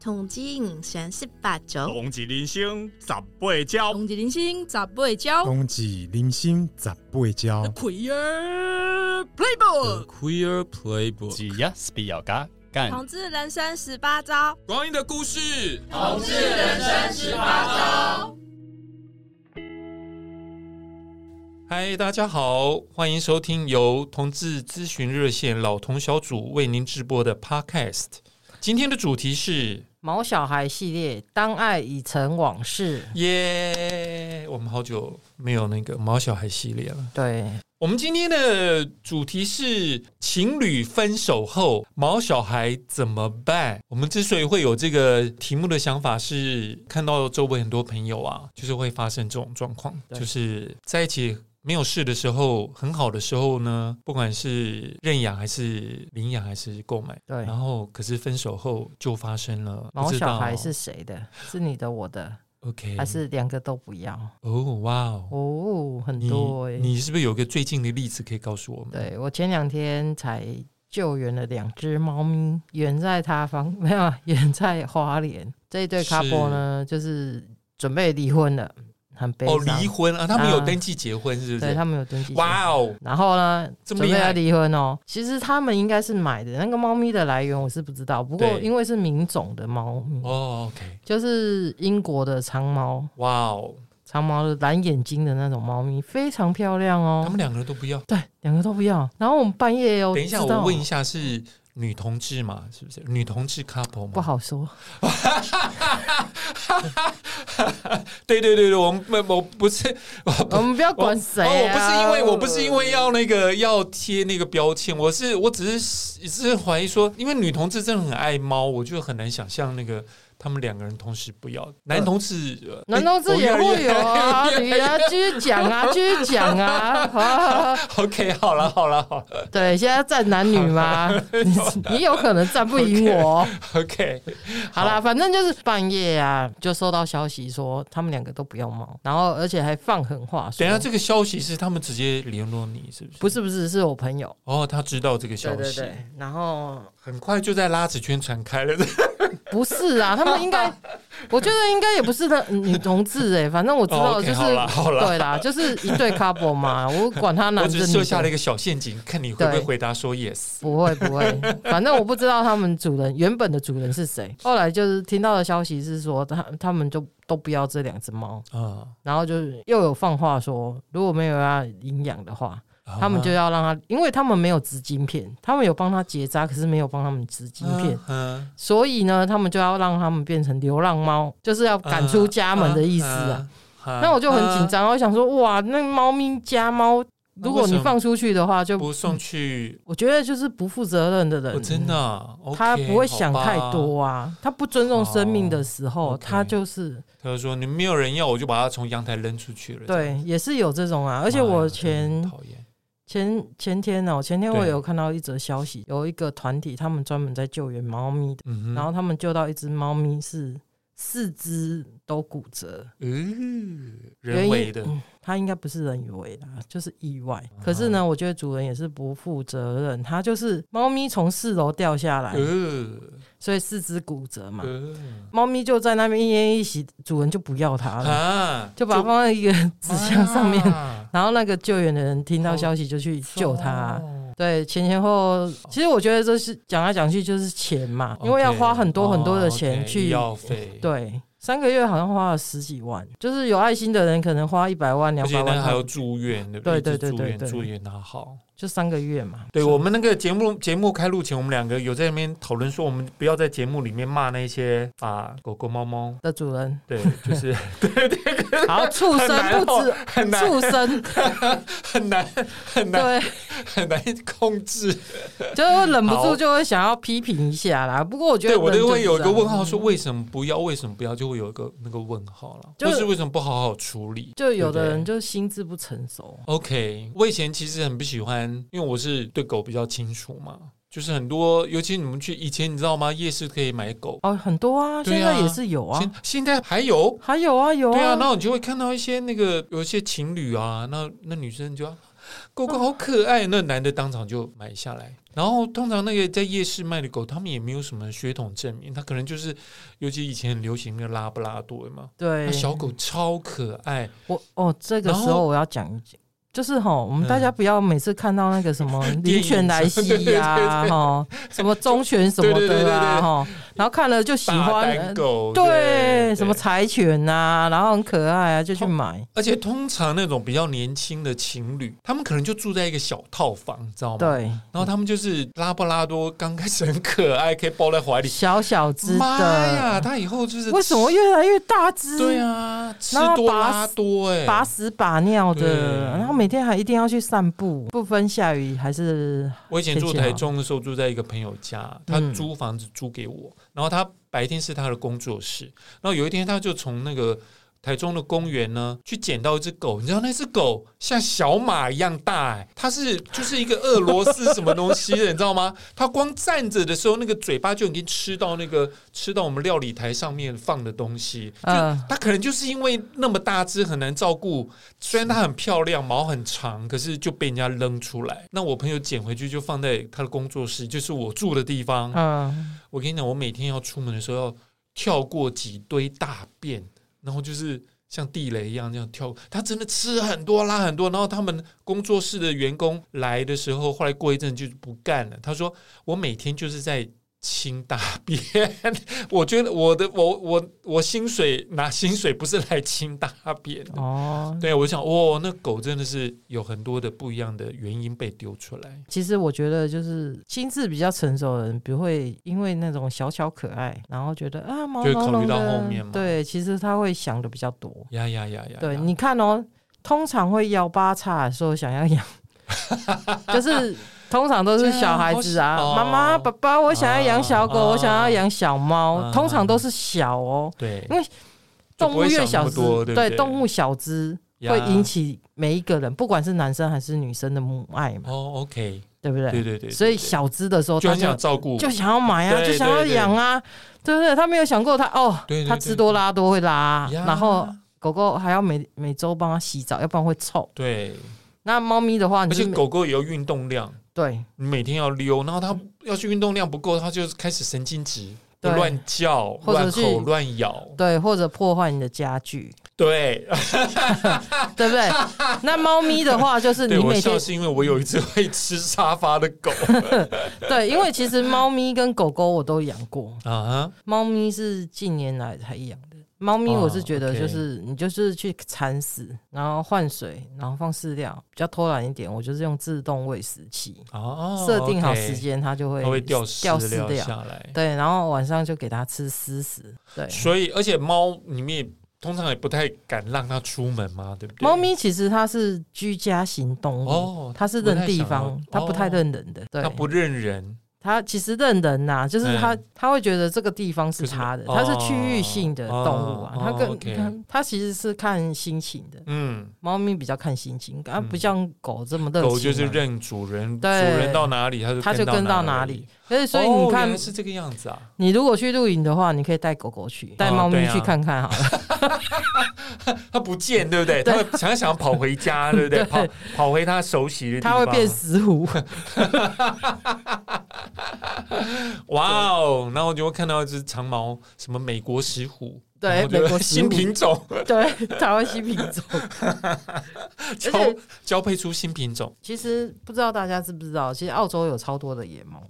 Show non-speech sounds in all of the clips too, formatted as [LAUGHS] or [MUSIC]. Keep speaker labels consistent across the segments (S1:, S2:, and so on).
S1: 统计人生十八招，
S2: 同志人生十八招，
S3: 同一人生十八招，
S4: 冬季人生十八招，
S3: Queer Playbook，
S5: Queer Playbook，
S6: 只要是比较嘎干，
S1: 统治人生十八招。
S5: 光阴的故事。嗨，大家好，欢迎收听由同志咨询热线老同小组为您直播的 Podcast。今天的主题是
S7: 毛小孩系列，当爱已成往事。
S5: 耶我们好久没有那个毛小孩系列了。
S7: 对，
S5: 我们今天的主题是情侣分手后毛小孩怎么办？我们之所以会有这个题目的想法是，看到周围很多朋友啊，就是会发生这种状况，
S7: 对
S5: 就是在一起。没有事的时候，很好的时候呢，不管是认养还是领养还是购买，
S7: 对
S5: 然后可是分手后就发生了，不
S7: 毛
S5: 知
S7: 小
S5: 道哦
S7: 孩是谁的？是你的、我的，
S5: OK
S7: 还是两个都不要？
S5: 哦哇哦，
S7: 哦，很
S5: 你
S7: 多哎、
S5: 你是不是有个最近的例子可以告诉我们？
S7: 对我前两天才救援了两只猫咪，远在他方 [LAUGHS] 没有啊，远在花莲。这一对
S5: 是
S7: couple 呢，就是准备离婚了，很悲伤。
S5: 哦，离婚啊，他们有
S7: 啊
S5: 登记结婚是不
S7: 对
S5: 是？
S7: 他们有登记。
S5: 哇哦，
S7: 然后呢，
S5: 这
S7: 准
S5: 么
S7: 备
S5: 厉害
S7: 要离婚哦。其实他们应该是买的那个猫咪的来源我是不知道，不过
S5: 对
S7: 因为是名种的猫咪，
S5: 哦，OK，
S7: 就是英国的长毛，
S5: 哇哦，
S7: 长毛的蓝眼睛的那种猫咪，非常漂亮
S5: 他
S7: 哦
S5: 们。两个人都不要。
S7: 对，两个都不要。然后我们半夜哦，
S5: 等一下，
S7: 知道
S5: 我问一，下，是女同志嘛？是不是女同志 couple 吗？
S7: 不，好说。
S5: 对对对对，我们我我不是
S7: 我们不要
S5: 我
S7: 管谁、
S5: 哦，我不是
S7: 啊
S5: 因为我不是因为要那个要贴那个标签，我是我只是只是怀疑说，因为女同志真的很爱猫，我就很难想象那个他们两个人同时不要，男同志，呃
S7: 嗯男同志也会有啊，你啊，继续讲啊，
S5: [LAUGHS]
S7: 继续讲啊，好好好
S5: OK，好了好了好了
S7: 对，现在站男女吗？
S5: [LAUGHS]
S7: 你你有可能站不赢我。哦
S5: ，OK，
S7: 好啦，反正就是半夜啊，就收到消息说他们两个都不要猫，然后而且还放狠话说。
S5: 等一下这个消息是他们直接联络你是不是？
S7: 不是不是，是我朋友。
S5: 哦，他知道这个消
S7: 对
S5: 息，
S7: 对对，然后
S5: 很快就在拉子圈传开了。
S7: 不是啊，他们应
S5: [LAUGHS]
S7: 该，我觉得应该也不是那女同志哎、反正我知
S5: 哦
S7: 道
S5: ，OK，
S7: 就是、
S5: 好啦好啦
S7: 对啦，就是一对 couple 嘛，
S5: [LAUGHS]
S7: 我管他
S5: 我
S7: [LAUGHS] 男
S5: 只
S7: 的
S5: 是
S7: 女
S5: 设下了一
S7: 的。
S5: 个小陷阱，看你会不会
S7: 对
S5: 回答说 yes。
S7: 不会不会，反正我不知道他们主人原本的主人是谁。后来就是听到的消息是说，他他们就都不要这两只猫，
S5: 啊，
S7: 然后就是又有放话说，如果没有要领养的话，
S5: 啊
S7: 他们就要让他，因为他们没有植晶片，他们有帮他结扎，可是没有帮他们植晶片，
S5: 嗯，
S7: 所以呢，他们就要让他们变成流浪猫，就是要赶出家门的意思啊。那我就很
S5: 啊
S7: 紧。张，我想说，哇，那猫咪家猫，如果
S5: 为什
S7: 你
S5: 么
S7: 放出去的话，就
S5: 不送去，
S7: 我觉得就是不负责任的
S5: 我
S7: 人，
S5: 真的啊
S7: 嗯他
S5: OK，
S7: 不会想
S5: 好吧
S7: 太多啊，他不尊重生命的时
S5: 好
S7: 候，
S5: ，OK
S7: 他就是
S5: 他就说你没有人要，我就把他从阳台扔出去了。这样，
S7: 对，也是有这种啊。而且
S5: 妈呀
S7: 我
S5: 真
S7: 前
S5: 讨厌
S7: 前前天哦、前天我
S5: 对
S7: 有看到一则消息，有一个团体他们专门在救援猫咪的，
S5: 嗯哼，
S7: 然后他们救到一只猫咪是四肢都骨折，
S5: 嗯，
S7: 原
S5: 呃人
S7: 因
S5: 为的，
S7: 嗯它应该不是人为的啊，就是意外。
S5: 啊
S7: 可是呢，我觉得主人也是不负责任，他就是猫咪从四楼掉下来，
S5: 呃
S7: 所以四肢骨折嘛，
S5: 呃
S7: 猫咪就在那边奄奄一息，主人就不要它了，
S5: 啊，
S7: 就把它放在一个纸箱上面。
S5: 面
S7: 然后那个救援的人听到
S5: 好
S7: 消息就去 [LAUGHS] 救
S5: 哦
S7: 它。啊对，前前后，后，其实我觉得这是讲来讲去就是钱嘛，因为要花很多很多的钱去
S5: 哦药费，，
S7: 对。三个月好像花了十几万，就是有爱心的人可能花一百万、
S5: 而
S7: 两
S5: 且
S7: 百
S5: 呢
S7: 万，
S5: 还有住院，对不
S7: 对
S5: 一直
S7: 对对
S5: 住
S7: 对
S5: 院
S7: 对
S5: 住院拿好。
S7: 就三个月嘛。
S5: 对我们那个节目节目开录前，我们两个有在那边讨论说，我们不要在节目里面骂那些啊狗狗猫猫。
S7: 的主人， [LAUGHS]
S5: 对，就是
S7: 好，畜
S5: 很难
S7: 生不
S5: 哦
S7: 止
S5: 很难
S7: 畜生，
S5: 很难很难
S7: 对，
S5: 很难控制。
S7: 就是会忍不
S5: 好
S7: 住就会想要批评一下啦。不过我觉得
S5: 对我
S7: 人
S5: 都
S7: 就
S5: 会
S7: 是
S5: 有一
S7: 这
S5: 个
S7: 样啊
S5: 问号，说为什么不要？为什么不要？就会有一个那个问号了，
S7: 就
S5: 就是为什么不好好处理？
S7: 就有的
S5: 对不对
S7: 人就心智不成熟，
S5: OK，我以前其实很不喜欢，因为我是对狗比较清楚嘛，就是很多，尤其你们去以前你知道吗？夜市可以买狗，
S7: 哦，很多啊，
S5: 对啊
S7: 现在也是有啊，
S5: 现现在还有。
S7: 还有啊，有
S5: 对啊，然后你就会看到一些那个有一些情侣啊，那那女生就要狗
S7: 哦
S5: 狗好可爱，那男的当场就买下来。然后通常那个在夜市卖的狗，他们也没有什么血统证明，它可能就是，尤其以前很流行那个拉布拉多嘛，
S7: 对
S5: 那，小狗超可爱，
S7: 我哦，这个
S5: 然后嗯
S7: 时候我要讲一讲，就是哈，我们大家不要每次看到那个什
S5: [LAUGHS]
S7: 么林犬来袭呀，哈，什么忠犬什么
S5: 对对对
S7: 的
S5: 对
S7: 啊，
S5: 对
S7: 哈，然后看了就喜
S5: 大
S7: 欢，
S5: 单
S7: 呃
S5: 狗，
S7: 对，什么柴犬呐，然后很可爱啊，就去买，
S5: 而且通常那种比较年轻的情侣，他们可能就住在一个小套房，你知道吗？。
S7: 对，
S5: 然后他们就是拉布拉多，刚开始很可爱，可以抱在
S7: [LAUGHS]
S5: 怀里。
S7: 小小只
S5: 妈呀，
S7: 的，
S5: 他以后就是
S7: 为什么越来越大只？
S5: 对啊，吃
S7: 然后
S5: 多
S7: 拔
S5: 拉多哎、
S7: 把屎把尿
S5: 对
S7: 的，然后每天还一定要去散步，不分下雨还是
S5: 我以前住
S7: 天气
S5: 台
S7: 好
S5: 中的时候，住在一个朋友家，他
S7: 嗯
S5: 租房子租给我，然后他白天是他的工作室，然后有一天他就从那个台中的公园呢去捡到一只狗，你知道那只狗像小马一样大、哎，它是就是一个俄罗斯什么东西的，你知道吗？它光站着的时候，那个嘴巴就已经吃到那个吃到我们料理台上面放的东西，就
S7: 嗯
S5: 它可能就是因为那么大只很难照顾，虽然它很漂亮，毛很长，可是就被人家扔出来。那我朋友捡回去就放在他的工作室，就是我住的地方。
S7: 嗯，
S5: 我跟你讲，我每天要出门的时候要跳过几堆大便，然后就是像地雷一样这样跳。他真的吃很多，拉很多。然后他们工作室的员工来的时候，后来过一阵就不干了。他说：“我每天就是在清大便， [LAUGHS] 我觉得我的我我我薪水拿薪水不是来清大便的。”
S7: 哦，
S5: 对，啊我想，哇，那狗真的是有很多的不一样的原因被丢出来。
S7: 其实我觉得，就是心智比较成熟的人，不会因为那种小巧可爱，然后觉得啊毛
S5: 就会
S7: 茸
S5: 考虑
S7: 茸
S5: 到
S7: 的
S5: 后面嘛
S7: 对，其实他会想的比较多。
S5: 呀呀呀呀！
S7: 对，
S5: 呀
S7: 你看哦，通常会幺八叉的时候想要
S5: [LAUGHS]
S7: 养，就是通常都是小孩子啊
S5: 这样好，小哦
S7: 妈妈、爸爸，我想要养小
S5: 啊
S7: 狗，我想要养小猫
S5: 啊，
S7: 通常都是小哦，
S5: 对，
S7: 因为
S5: 就
S7: 动
S5: 不
S7: 物
S5: 会
S7: 越
S5: 想那
S7: 小
S5: 么
S7: 只
S5: 多，对不对
S7: 动物小只
S5: 呀
S7: 会引起每一个人，不管是男生还是女生的母爱嘛，
S5: 哦，OK，
S7: 对不对？
S5: 对对对对，
S7: 所以
S5: 对
S7: 小只的时候，
S5: 就
S7: 大
S5: 很
S7: 家
S5: 想照顾，
S7: 哦就想要买啊，
S5: 对
S7: 就想要
S5: 对对
S7: 养啊，对不对？他没有想过他哦
S5: 对对，
S7: 他
S5: 对
S7: 吃多拉多会拉啊，
S5: 呀
S7: 然后狗狗还要每每周帮它洗澡，要不然会臭。
S5: 对，
S7: 那猫咪的话，你
S5: 而
S7: 就
S5: 且
S7: 每
S5: 狗狗也要运动量，
S7: 对
S5: 你每天要溜，然后它要是运动量不够，它就开始神经质，
S7: 对
S5: 乱叫、
S7: 或者
S5: 乱
S7: 是
S5: 吼、乱咬，
S7: 对，或者破坏你的家具，
S5: 对，
S7: 对不对？那猫咪的话，就是
S5: [LAUGHS] 对
S7: 你
S5: 我
S7: 每
S5: 笑
S7: 天
S5: 是因为我有一只 [LAUGHS] 会吃沙发的
S7: [LAUGHS]
S5: 狗
S7: 对，因为其实猫咪跟狗狗我都养过，
S5: 啊哈，
S7: 猫咪是近年来才养的。猫咪我是觉
S5: 哦
S7: 得
S5: ，OK
S7: 就是、你就是去铲屎，然后换水，然后放饲料，比较偷懒一点，我就是用自动喂食器。
S5: 哦，
S7: 设定好
S5: OK
S7: 时，间，它就会
S5: 它会掉
S7: 掉
S5: 饲
S7: 饲料。
S5: 下来，
S7: 对，然后晚上就给它吃湿食。对，啊
S5: 所以而且猫你们也通常也不太敢让它出门嘛，对不对？
S7: 猫咪其实它是居家型动物，
S5: 哦
S7: 它是
S5: 不太
S7: 认地
S5: 想要
S7: 方，它不太
S5: 哦
S7: 认人的。对，
S5: 它不认人，
S7: 它其实认人呐、就是它
S5: 嗯
S7: 它会觉得这个地方是它的，
S5: 就是
S7: 它是区域性的动物啊
S5: 哦。
S7: 它
S5: 哦
S7: 跟
S5: ，OK
S7: 它它其实是看心情的，
S5: 嗯。
S7: 猫咪比较看心情，它不
S5: 嗯
S7: 像狗这么热情啊嘛。
S5: 狗就是认主人，主
S7: 对
S5: 人到哪里，它就
S7: 它就跟到哪里。所以，所以
S5: 哦
S7: 你
S5: 原
S7: 看
S5: 来，是这个样子啊！
S7: 你如果去露营的话，你可以带狗狗去，带
S5: 哦
S7: 猫
S5: 对
S7: 咪
S5: 啊
S7: 去看看好了。
S5: [LAUGHS] 它不见，对不对？它会想想跑回家，对
S7: [LAUGHS]
S5: 不对？跑跑回它熟悉的地
S7: 它
S5: 方。
S7: 会变石虎。
S5: 哇哦！然后就会看到一只长毛什么美国石虎，
S7: 对
S5: 然后
S7: 美
S5: 就
S7: 国石虎
S5: 新品种，
S7: [LAUGHS] 对，台湾新品种。
S5: 交
S7: 而且
S5: 交配出新品种
S7: 其实不知道大家知不知道，其实澳洲有超多的野猫，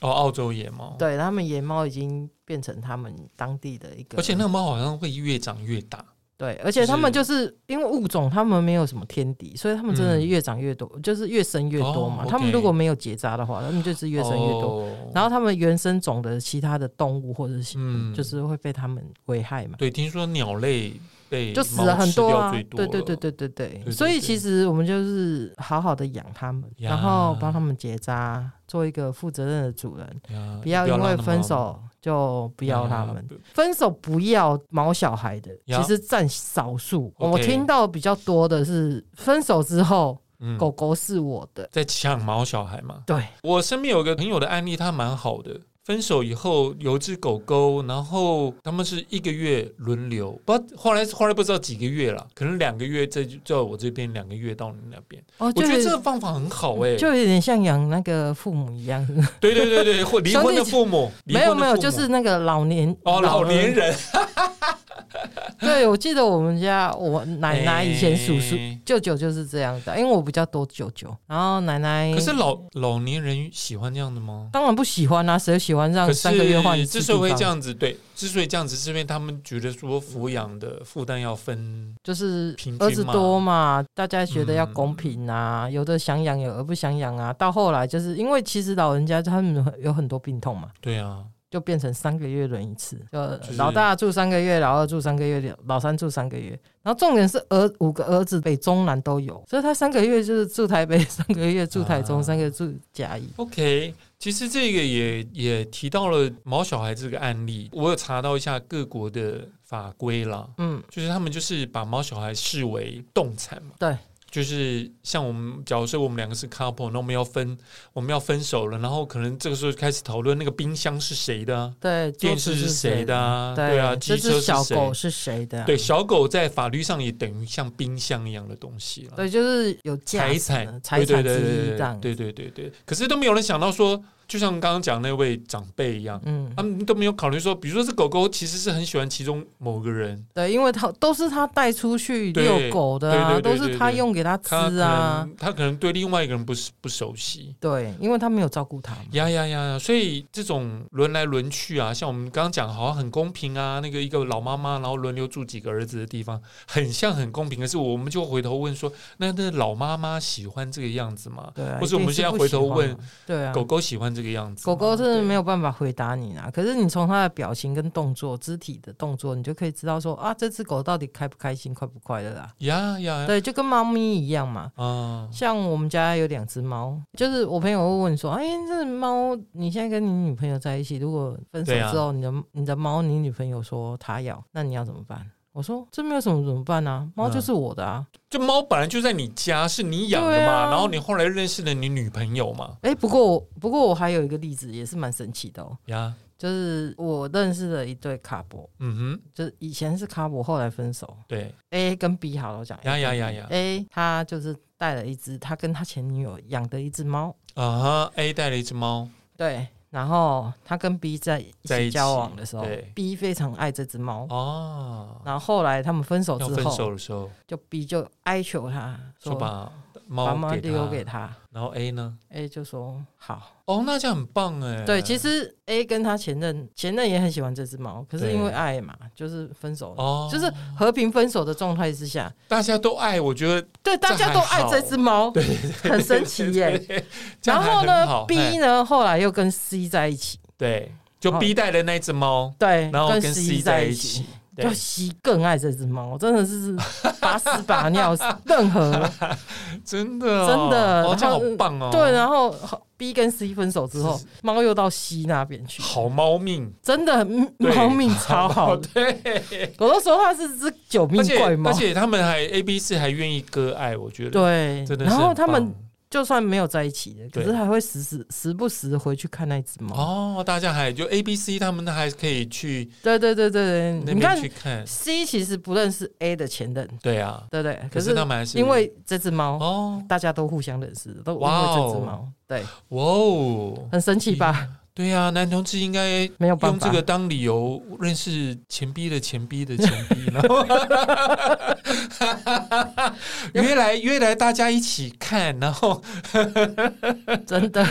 S5: 哦，澳洲野猫。
S7: 对他们野猫已经变成他们当地的一个，
S5: 而且那个猫好像会越长越大，
S7: 对，而且他们就是因为物种，他们没有什么天敌，所以他们真的越长越多，就是越生越多嘛。
S5: 嗯哦
S7: 他们
S5: OK
S7: 如果没有结扎的话，他们就是越生越多。
S5: 哦
S7: 然后他们原生种的其他的动物或者是、
S5: 嗯
S7: 就是会被他们危害嘛。
S5: 对，听说鸟类被
S7: 就死了很多
S5: 猫
S7: 啊
S5: 吃掉
S7: 对
S5: 最！
S7: 对
S5: 了
S7: 对对对对
S5: 对
S7: 所以
S5: 对
S7: 其实我们就是好好的养它们，
S5: 呀
S7: 然后帮它们结扎，做一个负责任的主人，
S5: 呀
S7: 不要
S5: 让
S7: 因为
S5: 它们哦哎
S7: 分手就不要它
S5: 呀
S7: 们。
S5: 不
S7: 分手不要毛小孩的，
S5: 呀
S7: 其实占少数。
S5: OK
S7: 我听到比较多的是分手之后，
S5: 嗯
S7: 狗狗是我的。
S5: 在抢毛小孩嘛。
S7: 对，
S5: 我身边有个朋友的案例，他蛮好的，分手以后有一只狗狗，然后他们是一个月轮流，不知道后来后来不知道几个月了，可能两个月在在我这边，两个月到你那边。
S7: 哦，
S5: 我
S7: 就
S5: 觉得这
S7: 有
S5: 个方法很好哎、
S7: 就有点像养那个父母一
S5: [LAUGHS]
S7: 样，是不是
S5: 对对对对，或离婚的
S7: 兄弟
S5: 父母，离
S7: 没有
S5: 婚的
S7: 没有，
S5: 父母
S7: 就是那个老年
S5: 哦老
S7: 人
S5: 年人，
S7: [LAUGHS] 对，我记得我们家我奶奶以前叔叔、
S5: 哎
S7: 舅舅就是这样的，因为我比较多舅舅，然后奶奶
S5: 可是老老年人喜欢这样的吗？
S7: 当然不喜欢啊，谁喜欢让
S5: 可
S7: 三个月换一
S5: 是
S7: 次？
S5: 之所以会这，样子，对，之所以这样子，是因为他们觉得说抚养的负担要分，
S7: 就是
S5: 平均嗯
S7: 儿子多嘛，大家觉得要公平啊，有的想养，有的不想养啊。到后来就是因为其实老人家他们有很多病痛嘛。
S5: 对啊，
S7: 就变成三个月轮一次，就是老大住三个月，老二住三个月，老三住三个月。然后重点是儿五个儿子北中南都有，所以他三个月就是住台北，三个月住台中，
S5: 啊
S7: 三个月住嘉义。
S5: OK，其实这个也也提到了毛小孩这个案例，我有查到一下各国的法规啦，
S7: 嗯，
S5: 就是他们就是把毛小孩视为动产嘛，
S7: 对。
S5: 就是像我们，假如说我们两个是 couple，那我们要分，我们要分手了，然后可能这个时候开始讨论那个冰箱是谁的、啊，
S7: 对，
S5: 电
S7: 桌
S5: 视
S7: 子
S5: 是
S7: 是
S5: 谁的、
S7: 的？
S5: 啊，
S7: 对
S5: 对啊，
S7: 这
S5: 机
S7: 只
S5: 车
S7: 小
S5: 是谁
S7: 狗？是谁的啊？
S5: 对，小狗在法律上也等于像冰箱一样的东西了。
S7: 对，就是有价
S5: 财
S7: 值
S5: 产
S7: 的财产
S5: 对
S7: 之
S5: 对
S7: 一
S5: 对
S7: 这样。
S5: 对对对对对。可是都没有人想到说，就像刚刚讲那位长辈一样，
S7: 嗯
S5: 他，们都没有考虑说，比如说这狗狗其实是很喜欢其中某个人，
S7: 对，因为他都是他带出去
S5: 对
S7: 遛狗的啊，
S5: 对对对对
S7: 都是他用给他吃
S5: 它可
S7: 啊，
S5: 能它可能对另外一个人不是不熟悉。
S7: 对，因为他没有照顾他嘛。
S5: 呀呀呀！所以这种轮来轮去啊，像我们刚刚讲，好像很公平啊。那个一个老妈妈，然后轮流住几个儿子的地方，很像很公平。可是我们就回头问说，那那老妈妈喜欢这个样子吗？
S7: 对啊，
S5: 或者我们
S7: 一定是
S5: 现在
S7: 不
S5: 回
S7: 喜
S5: 头
S7: 欢
S5: 问
S7: 嘛，对啊，
S5: 狗狗喜欢这个样子
S7: 狗
S5: 吗，
S7: 狗是
S5: 对
S7: 没有办法回答你啦，可是你从它的表情跟动作、肢体的动作，你就可以知道说啊，这只狗到底开不开心、快不快乐啦。
S5: 呀呀
S7: 对，就跟猫咪一样嘛。
S5: 啊！
S7: 像我们家有两只猫，就是我朋友会问说：“哎、这猫你现在跟你女朋友在一起，如果分手
S5: 对啊
S7: 之后，你的你的猫，你女朋友说她要，那你要怎么办？”我说：“这没有什么怎么办啊，猫就是我的啊。
S5: 就猫本来就在你家，是你养的
S7: 对
S5: 嘛，
S7: 啊
S5: 然后你后来认识了你女朋友嘛，
S7: 哎、不过我不过我还有一个例子也是蛮神奇的哦，
S5: 呀，
S7: 就是我认识了一对卡博，
S5: 嗯哼，
S7: 就是以前是卡博，后来分手。
S5: 对，
S7: A 跟 B 好了，我讲 A
S5: 呀呀呀呀，
S7: A 他就是带了一只他跟他前女友养的一只猫，
S5: 啊哈，A 带了一只猫，
S7: 对，然后他跟 B 在一
S5: 在一起
S7: 起交往的时候
S5: 对
S7: ，B 非常爱这只猫。
S5: 哦，
S7: 然后后来他们分手
S5: 要
S7: 之
S5: 分手
S7: 后，
S5: 的时候，
S7: 就 B 就哀求他
S5: 说
S7: 说
S5: 把
S7: 把
S5: 猫
S7: 猫留给
S5: 给他，
S7: 他
S5: 然后 A 呢？
S7: ，A 就说好。
S5: 哦，那这样很棒哎，
S7: 对，其实 A 跟他前任前任也很喜欢这只猫，可是
S5: 对
S7: 因为爱嘛，就是分手了，
S5: 哦，
S7: 就是和平分手的状态之下，
S5: 大家都爱，我觉得
S7: 对大家都爱这只猫，很神奇耶。
S5: [LAUGHS] 这样
S7: 然
S5: 还
S7: 后
S5: 很
S7: 呢
S5: 好哎
S7: ，B
S5: 嘿
S7: 呢后来又跟 C 在一起，
S5: 对，就
S7: 哦
S5: B 带的那只猫，
S7: 对，
S5: 然后跟
S7: C
S5: C 在
S7: 在
S5: 一
S7: 起
S5: 起。，对
S7: 就 C 更爱这只猫，真的是 [LAUGHS] 把屎把尿，任何
S5: 真的哦
S7: 真的
S5: 哦，这
S7: 然
S5: 样好
S7: 后
S5: 棒哦，
S7: 对。然后 B 跟 C 分手之后
S5: 是，
S7: 猫又到 C 那边去，
S5: 好猫命，
S7: 真的嗯
S5: 对，
S7: 猫命超好的
S5: [LAUGHS] 对，
S7: 我都说它是只九命
S5: 而且
S7: 怪猫
S5: 而。且他们还 A B 四还愿意割爱，我觉得
S7: 对
S5: 真，的是
S7: 然
S5: 很棒。
S7: 后他们就算没有在一起的，可是
S5: 对
S7: 还会时时时不时回去看那只猫。
S5: 哦，大家还就 A B C 他们还可以去
S7: 对对对对
S5: 那
S7: 对，你
S5: 边
S7: 看
S5: 去看，
S7: C 其实不认识 A 的前任，
S5: 对啊，
S7: 对不对？
S5: 可是他们还是
S7: 因为这只猫，
S5: 哦，
S7: 大家都互相认识，都因为
S5: 哇哦
S7: 这只猫，对，
S5: 哇哦，
S7: 很神奇吧？
S5: 对啊，男同志应该
S7: 没有办
S5: 用
S7: 法，
S5: 这个当理由认识前逼的前逼的前逼，
S7: [LAUGHS]
S5: 然后 [LAUGHS] 约来约来大家一起看，然后
S7: [LAUGHS] 真
S5: [LAUGHS]
S7: 的，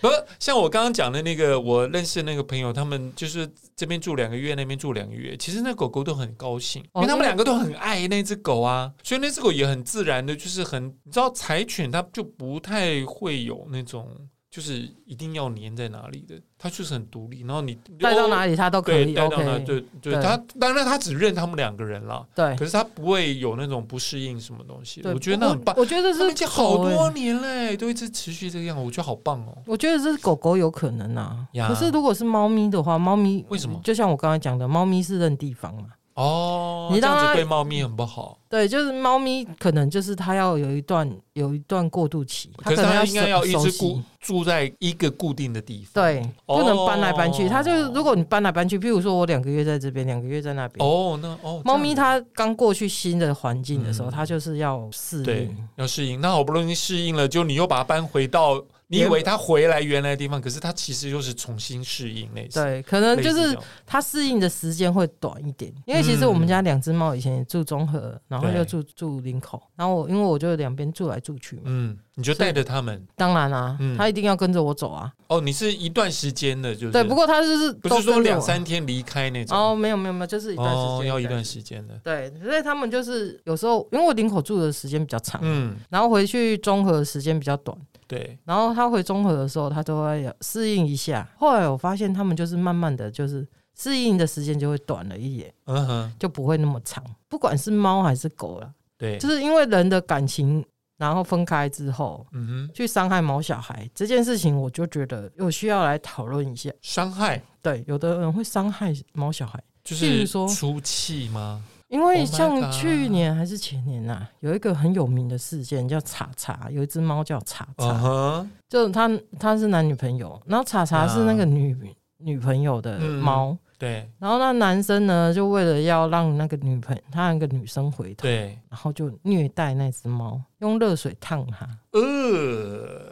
S5: 不像我刚刚讲的那个，我认识的那个朋友，他们就是这边住两个月，那边住两个月。其实那狗狗都很高兴，因
S7: 哦
S5: 为他们两个都很爱那只狗啊，所以那只狗也很自然的，就是很你知道柴犬它就不太会有那种就是一定要粘在哪里的，它就是很独立。然后你
S7: 带到哪
S5: 里
S7: 里它都可
S5: 对，
S7: 以
S5: 带到哪
S7: ，OK，
S5: 对对，
S7: 对
S5: 它当然它只认他们两个人啦，
S7: 对
S5: 可是它不会有那种不适应什么东西。
S7: 对，
S5: 我觉得那很棒
S7: 我，我觉得
S5: 他
S7: 是
S5: 们已经好
S7: 狗欸
S5: 多年嘞、都一直持续这个样，我觉得好棒哦。
S7: 我觉得这是狗狗有可能啊，
S5: 呀
S7: 可是如果是猫咪的话，猫咪
S5: 为什么
S7: 就像我刚才讲的，猫咪是认地方嘛，
S5: 哦，
S7: 你
S5: 这样
S7: 让
S5: 子
S7: 它
S5: 对猫咪很不好。
S7: 对，就是猫咪可能就是它要有一段有一段过渡期，它
S5: 可是
S7: 能
S5: 它
S7: 要
S5: 应该要
S7: 熟
S5: 一
S7: 熟
S5: 直
S7: 悉
S5: 固住在一个固定的地方。
S7: 对，不能搬来搬去。
S5: 哦
S7: 它就是如果你搬来搬去，譬如说我两个月在这边，两个月在那边，
S5: 哦，那哦，
S7: 猫咪
S5: 这样
S7: 它刚过去新的环境的时候，
S5: 嗯
S7: 它就是要适
S5: 子对
S7: 应。
S5: 要适应，那好不容易适应了，就你又把它搬回到你以为它回来原来的地方，可是它其实又是重新适应那次。
S7: 对，可能
S5: 类
S7: 就
S5: 似这
S7: 是
S5: 样
S7: 它适应的时间会短一点，因为其实我们家两只猫以前也住中和，然后
S5: 嗯对
S7: 又住住林口，然后我因为我就两边住来住去嘛，
S5: 嗯，你就带着它们
S7: 当然啦、
S5: 嗯
S7: 它一定要跟着我走啊。
S5: 哦，你是一段时间的，就是
S7: 对，不过它就是
S5: 不
S7: 都
S5: 是说
S7: 跟着
S5: 两
S7: 我
S5: 三天离开那种
S7: 哦，没有没有没有，就是一段时间、
S5: 哦，要一段时间的。
S7: 对，所以他们就是有时候，因为我林口住的时间比较长，
S5: 嗯，
S7: 然后回去中和的时间比较短，
S5: 对，
S7: 然后他回中和的时候，他都会适应一下。后来我发现他们就是慢慢的就是适应的时间就会短了一点，
S5: 嗯哼，
S7: 就不会那么长。不管是猫还是狗啦，
S5: 对，
S7: 就是因为人的感情，然后分开之后。
S5: 嗯哼，
S7: 去伤害毛小孩这件事情，我就觉得有需要来讨论一下。
S5: 伤害
S7: 对，有的人会伤害毛小孩，
S5: 就
S7: 譬
S5: 是
S7: 如说
S5: 出气吗？
S7: 因为
S5: Oh my
S7: 像
S5: God
S7: 去年还是前年呐、啊，有一个很有名的事件叫查查，有一只猫叫查查，
S5: 嗯哼，
S7: 就他他是男女朋友，然后查查是那个女、女朋友的猫，
S5: 对
S7: 然后那男生呢就为了要让那个女朋他那个女生回头，
S5: 对，
S7: 然后就虐待那只猫，用热水烫它。
S5: 呃，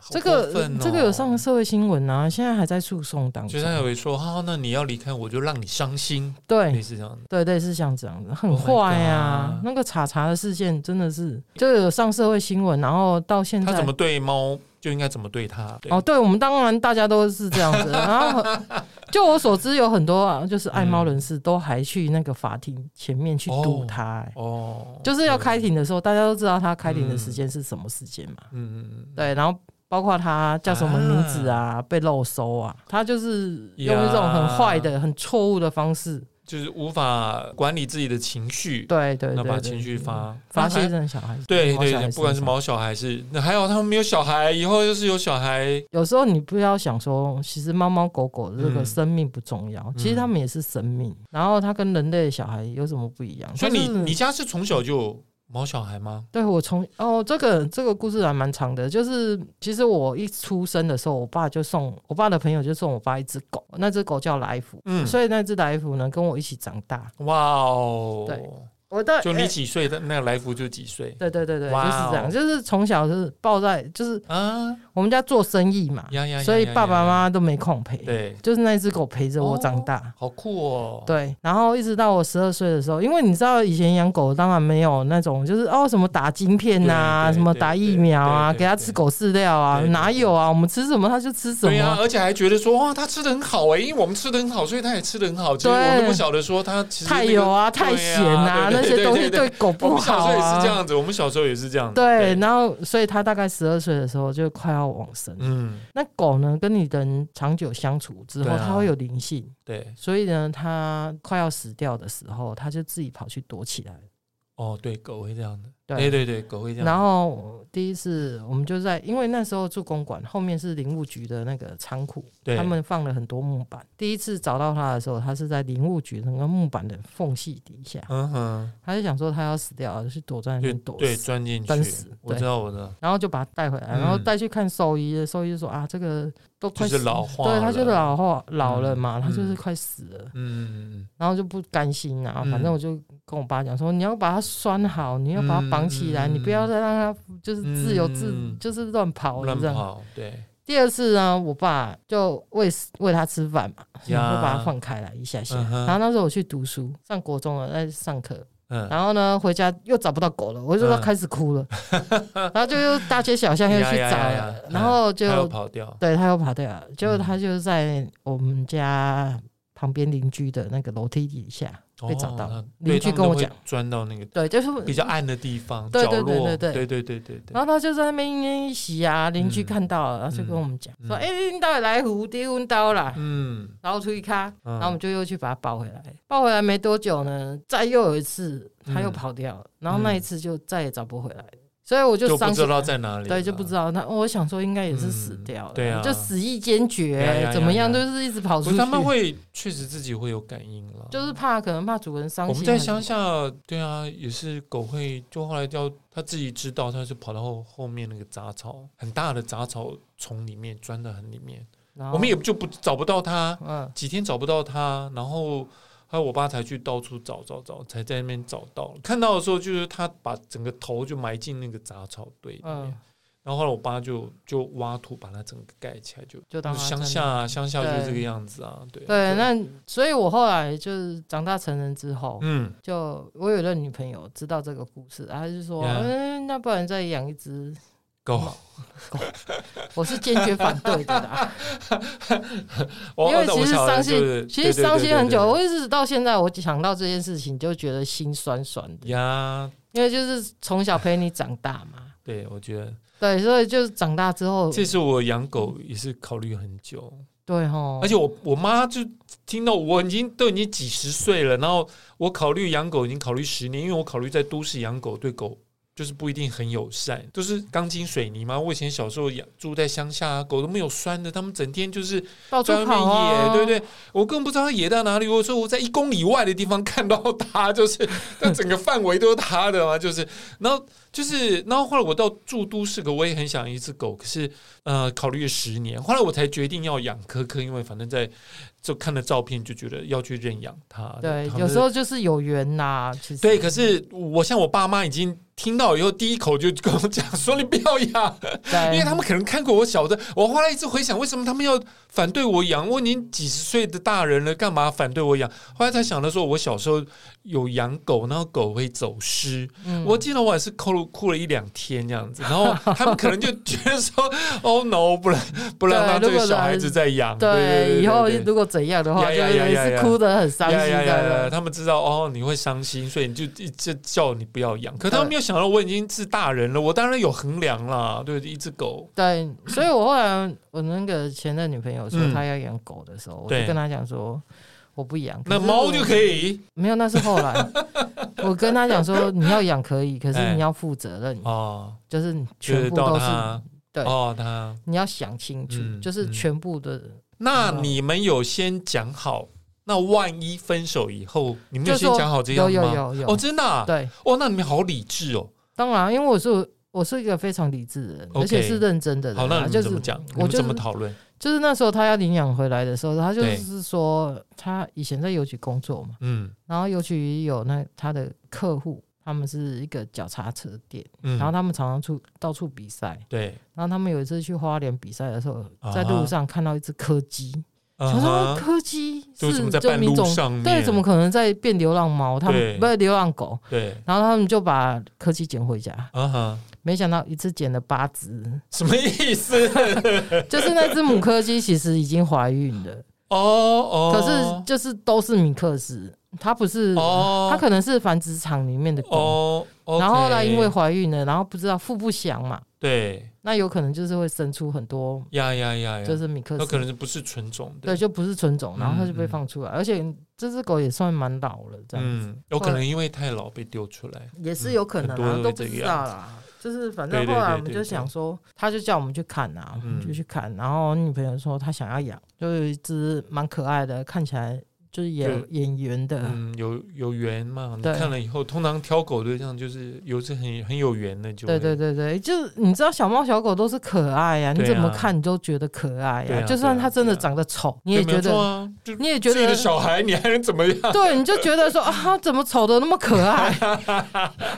S5: 好
S7: 这个、
S5: 过分哦
S7: 这个有上社会新闻啊，现在还在诉讼当
S5: 就
S7: 中
S5: 是。他有会说，哈、那你要离开我就让你伤心，类
S7: 对
S5: 似这样的。
S7: 对对，是像这样子，很
S5: Oh my
S7: 坏啊
S5: God
S7: 那个查查的事件真的是，就有上社会新闻，然后到现在
S5: 他怎么对猫就应该怎么对他。对
S7: 哦，对，我们当然大家都是这样
S5: [LAUGHS]
S7: 子。然后很，就我所知，有很多啊，就是爱猫人士都还去那个法庭前面去堵它、欸
S5: 哦，
S7: 就是要
S5: 嗯对
S7: 开，庭的时候，大家都知道它开庭的时间是什么时间嘛。
S5: 嗯嗯，
S7: 对，然后包括它叫什么名字啊，被漏收啊，它就是用一种很坏的、很错误的方式，
S5: 就是无法管理自己的情绪，
S7: 对对
S5: 那
S7: 对
S5: 把
S7: 对，
S5: 情绪发
S7: 发泄
S5: 那还
S7: 在小孩，
S5: 对
S7: 毛
S5: 对
S7: 小孩
S5: 对，
S7: 身
S5: 不管是
S7: 上。
S5: 毛小孩是，那还有他们没有小孩，以后就是有小孩，
S7: 有时候你不要想说，其实猫猫狗狗的这个
S5: 嗯
S7: 生命不重要，其实它们也是生命，然后它跟人类的小孩有什么不一样？
S5: 所以你
S7: 就是
S5: 你家是从小就有毛小孩吗？
S7: 对我从哦，这个这个故事还蛮长的，就是其实我一出生的时候，我爸就送我爸的朋友就送我爸一只狗，那只狗叫来福，
S5: 嗯，
S7: 所以那只来福呢跟我一起长大，
S5: 哇哦，
S7: 对我到
S5: 就
S7: 哎
S5: 你几岁的那个来福就几岁
S7: 对对对对，就
S5: 哇
S7: 是
S5: 哦
S7: 这样，就是从小就是抱在，就是
S5: 啊？
S7: 我们家做生意嘛，
S5: 呀呀呀，
S7: 所以
S5: 呀
S7: 爸爸
S5: 呀
S7: 妈妈都没空陪，
S5: 对，
S7: 就是那只狗陪着我长大。
S5: 好酷哦，
S7: 对，啊然后一直到我十二岁的时候，因为你知道以前养狗当然没有那种就是哦什么打晶片啊，
S5: 对对
S7: 什么打疫苗啊，
S5: 对对对
S7: 给它吃狗饲料啊，
S5: 对对
S7: 哪有啊？我们吃什么它就吃什
S5: 对呀、
S7: 么。
S5: 啊而且还觉得说哇，他吃的很好哎、因为我们吃的很好，所以他也吃的很好。其实我
S7: 对
S5: 们都不晓得说他其实、那
S7: 太
S5: 个、
S7: 油啊，
S5: 对
S7: 太
S5: 啊
S7: 咸啊，那
S5: 对对
S7: 些东西
S5: 对对
S7: 对狗
S5: 我
S7: 不
S5: 们小时
S7: 好
S5: 候也是这
S7: 啊。
S5: 样子，我们小时候也是这样子。
S7: 对，，然后所以它大概十二岁的时候就快要往生。
S5: 嗯，
S7: 那狗呢，跟你人长久相处之后，
S5: 对啊
S7: 它会有灵性，
S5: 对，
S7: 所以呢，它快要死掉的时候，它就自己跑去躲起来了。
S5: 哦，对，狗会这样的，
S7: 对
S5: 对对对，狗会这样。
S7: 然，后第一次我们就在，因为那时候住公馆，后面是林务局的那个仓库，
S5: 对
S7: 他们放了很多木板。第一次找到他的时候，他是在林务局那个木板的缝隙底下，
S5: 嗯哼，
S7: 他就想说他要死掉了，就去躲在那
S5: 就
S7: 边躲
S5: 对
S7: 死，
S5: 钻进去
S7: 闷死，
S5: 我
S7: 对
S5: 知道我的，
S7: 然后就把他带回来，
S5: 嗯
S7: 然后带去看兽医，兽医就说啊，这个都快
S5: 就是
S7: 死
S5: 老化
S7: 对，他
S5: 了
S7: 就老化老了嘛，
S5: 嗯
S7: 他就是
S5: 嗯
S7: 快死了。
S5: 嗯，
S7: 然后就不甘心啊，
S5: 嗯
S7: 反正我就跟我爸讲说，你要把它拴好，你要把它绑起来，
S5: 嗯嗯
S7: 你不要再让它就是自由自、
S5: 嗯
S7: 就是乱跑
S5: 乱
S7: 这样。
S5: 跑，对，
S7: 第二次呢，我爸就喂喂它吃饭嘛，然
S5: 呀
S7: 后把它放开来一下下。
S5: 嗯哼
S7: 然后那时候我去读书，上国中了，在上课，
S5: 嗯，
S7: 然后呢回家又找不到狗了，我就要
S5: 嗯
S7: 开始哭了， [LAUGHS] 然后就又大街小巷又去
S5: 呀呀
S7: 找
S5: 呀嗯呀
S7: 了，然后
S5: 它又
S7: 就
S5: 跑掉，
S7: 对，他又跑掉了，结果他就在我们家旁边邻居的那个楼梯底下被找到。
S5: 哦那
S7: 邻居
S5: 对他们
S7: 跟我
S5: 都会
S7: 讲
S5: 钻到那个
S7: 对，就是
S5: 比较暗的地方，
S7: 对
S5: 角
S7: 对对
S5: 落，
S7: 对对
S5: 对对对对对
S7: 然后他就在那边奄奄一息啊，邻居
S5: 嗯
S7: 看到了，然后就跟我们讲、
S5: 嗯
S7: 说：“哎、你到底来蝴蝶温刀啦？”
S5: 嗯，
S7: 然后推开，
S5: 嗯
S7: 然后我们就又去把它抱回来。抱回来没多久呢，再又有一次，它又
S5: 嗯
S7: 跑掉了。然后那一次就再也找不回来，所以我就
S5: 就
S7: 伤
S5: 不
S7: 心
S5: 知道在哪里了，
S7: 对，就不知道那我想说应该也是死
S5: 嗯
S7: 掉了，
S5: 对啊
S7: 就死意坚决，
S5: 呀呀呀
S7: 怎么样
S5: 呀
S7: 就是一直跑出
S5: 不
S7: 去。
S5: 是他们会确实自己会有感应了，
S7: 就是怕可能怕主人伤
S5: 我
S7: 心。啊
S5: 们在乡，下，对啊，也是狗会，就后来叫它自己知道，它就跑到后后面那个杂草很大的杂草丛里面钻得很里面，
S7: 哦
S5: 我们也就不找不到它，
S7: 嗯
S5: 几天找不到它，然后还有我爸才去到处找找找，才在那边找到。看到的时候就是它把整个头就埋进那个杂草堆里面，
S7: 嗯，
S5: 然后后来我爸就就挖土把它整个盖起来，就
S7: 就当它
S5: 乡
S7: 真的
S5: 下啊乡下就是这个
S7: 对
S5: 样子啊，对
S7: 对，那所以我后来就是长大成人之后，
S5: 嗯
S7: 就我有一个女朋友知道这个故事，然后她就说，
S5: Yeah
S7: 嗯，那不然再养一只。
S5: 狗。
S7: 我是坚决反对的啦，
S5: 哦
S7: 因为
S5: 那
S7: 其
S5: [LAUGHS] 我
S7: 实
S5: 晓得
S7: 伤
S5: 就
S7: 心，
S5: 是
S7: 其
S5: 对
S7: 实
S5: 对
S7: 伤
S5: 对
S7: 心很
S5: 对对
S7: 久。我一直到现在，我想到这件事情就觉得心酸酸的，
S5: 呀，
S7: 因为就是从小陪你长大嘛，
S5: 对，我觉得
S7: 对，所以就是长大之后，
S5: 这是我养狗也是考虑很久，
S7: 对吼，
S5: 而且我我妈就听到我已经都已经几十岁了，然后我考虑养狗已经考虑十年，因为我考虑在都市养狗对狗。就是不一定很友善，都是钢筋水泥嘛。我以前小时候养住在乡下、啊，狗都没有拴的，它们整天就是
S7: 到处
S5: 在外面
S7: 跑
S5: 野，
S7: 啊，
S5: 对不对？我根本不知道它野到哪里。我说我在一公里外的地方看到它，
S7: [LAUGHS]
S5: 就是那整个范围都是它的嘛，就是。然后就是，然后后来我到住都市，可我也很想一只狗，可是呃，考虑了十年，后来我才决定要养科科，因为反正在就看了照片就觉得要去认养它。
S7: 对，
S5: 它们
S7: 有时候就是有缘呐、其实
S5: 对，可是我像我爸妈已经听到以后，第一口就跟我讲说你不要养，
S7: 对
S5: 因为他们可能看过我小的，我后来一直回想，为什么他们要反对我养？我已经几十岁的大人了，干嘛反对我养？后来才想到说，我小时候有养狗，然后狗会走失，
S7: 嗯
S5: 我记得我也是哭了哭了一两天这样子，然后他们可能就觉得说 [LAUGHS] ，Oh no，不能不能让这
S7: 对如
S5: 个
S7: 果
S5: 小孩
S7: 人
S5: 子在养，
S7: 对以后
S5: 对
S7: 如果怎样的话，
S5: 呀
S7: 就
S5: 呀呀
S7: 是
S5: 呀
S7: 是
S5: 呀
S7: 哭得很伤心
S5: 呀呀呀呀
S7: 的。
S5: 他们知道哦，你会伤心，所以你就一直叫你不要养。可他们没有想到我已经是大人了，我当然有衡量啦。对，一只狗，
S7: 对，所以我后来我那个前任女朋友说
S5: 嗯
S7: 她要养狗的时候，我就
S5: 对
S7: 跟她讲说我不养。
S5: 嗯那猫就可
S7: 以？
S5: 以
S7: 没有，那是后
S5: [LAUGHS]
S7: 来我跟她讲说你要养可以，可是
S5: 哎
S7: 你要负责任，
S5: 哦，
S7: 就是你
S5: 就是
S7: 全部
S5: 到
S7: 都是
S5: 它
S7: 对
S5: 哦，它。
S7: 你要想清楚，
S5: 嗯
S7: 就是
S5: 嗯
S7: 全部的，
S5: 那
S7: 哦
S5: 你们有先讲好？那万一分手以后，你们有
S7: 就是
S5: 先
S7: 说
S5: 讲好这样
S7: 有
S5: 吗？
S7: 有有有
S5: 哦，真的啊、
S7: 对。
S5: 哦，那你们好理智哦。
S7: 当然，因为我是我是一个非常理智的人
S5: OK
S7: 而且是认真的人、啊。
S5: 好，那你
S7: 就是
S5: 们怎么讲？你
S7: 我
S5: 们
S7: 就
S5: 怎么
S7: 是
S5: 讨论？
S7: 就是那时候他要领养回来的时候，他就
S5: 对
S7: 是说他以前在邮局工作嘛，
S5: 嗯
S7: 然后邮局有那他的客户，他们是一个脚踏车店，
S5: 嗯，
S7: 然后他们常常出到处比赛，
S5: 对，
S7: 然后他们有一次去花莲比赛的时候
S5: 啊哈，
S7: 在路上看到一只柯基，
S5: 嗯
S7: 想说哦
S5: 哼
S7: 柯基
S5: 就为什
S7: 是
S5: 么在半
S7: 民
S5: 路
S7: 种。
S5: 上面？
S7: 对，怎么可能在变流浪猫？他
S5: 对
S7: 们不是流浪狗，
S5: 对？
S7: 然后他们就把柯基捡回家，
S5: 啊哈，
S7: 没想到一次捡了八只，
S5: 什么意
S7: [LAUGHS]
S5: 思？
S7: 就是那只母柯基其实已经怀孕了，
S5: 哦哦，
S7: 可是就是都是米克斯，它不是，
S5: 哦，
S7: 它可能是繁殖场里面的狗。
S5: 哦，OK，
S7: 然后呢，因为怀孕了，然后不知道腹不祥嘛，
S5: 对
S7: 那有可能就是会生出很多
S5: 呀呀呀呀，
S7: 就是米克
S5: 那啊可
S7: 斯，
S5: 能就不是纯种的，
S7: 对，就不是纯种，然后它就
S5: 嗯
S7: 被
S5: 嗯
S7: 放出来，而且这只狗也算蛮老了，这样
S5: 嗯，有可能因为太老被丢出来，
S7: 也是有可能
S5: 嗯很多
S7: 啊，
S5: 都
S7: 都
S5: 会
S7: 不
S5: 这个
S7: 知
S5: 样
S7: 道啦。就是反
S5: 对
S7: 正
S5: 对
S7: 后来
S5: 对
S7: 我们
S5: 对
S7: 就
S5: 对
S7: 想说，他就叫我们去看啊，我们就
S5: 嗯
S7: 去看。然后女朋友说她想要养，就有一只蛮可爱的，看起来就是演
S5: 对
S7: 演员的，
S5: 嗯，有有缘嘛，你
S7: 对
S5: 看了以后，通常挑狗对象就是有是很很有缘的，就
S7: 对对
S5: 对
S7: 对对，就是你知道小猫小狗都是可爱呀、你
S5: 对啊
S7: 怎么看你都觉得可爱
S5: 对
S7: 呀、
S5: 啊
S7: 就算它真的
S5: 对啊
S7: 长得丑，你也
S5: 没有
S7: 觉
S5: 错
S7: 得，
S5: 啊，就
S7: 你也觉
S5: 自己的
S7: 得，
S5: 小孩你还能怎么样？
S7: [LAUGHS]
S5: [LAUGHS]
S7: 对，你就觉得说啊，它怎么丑的那么可爱？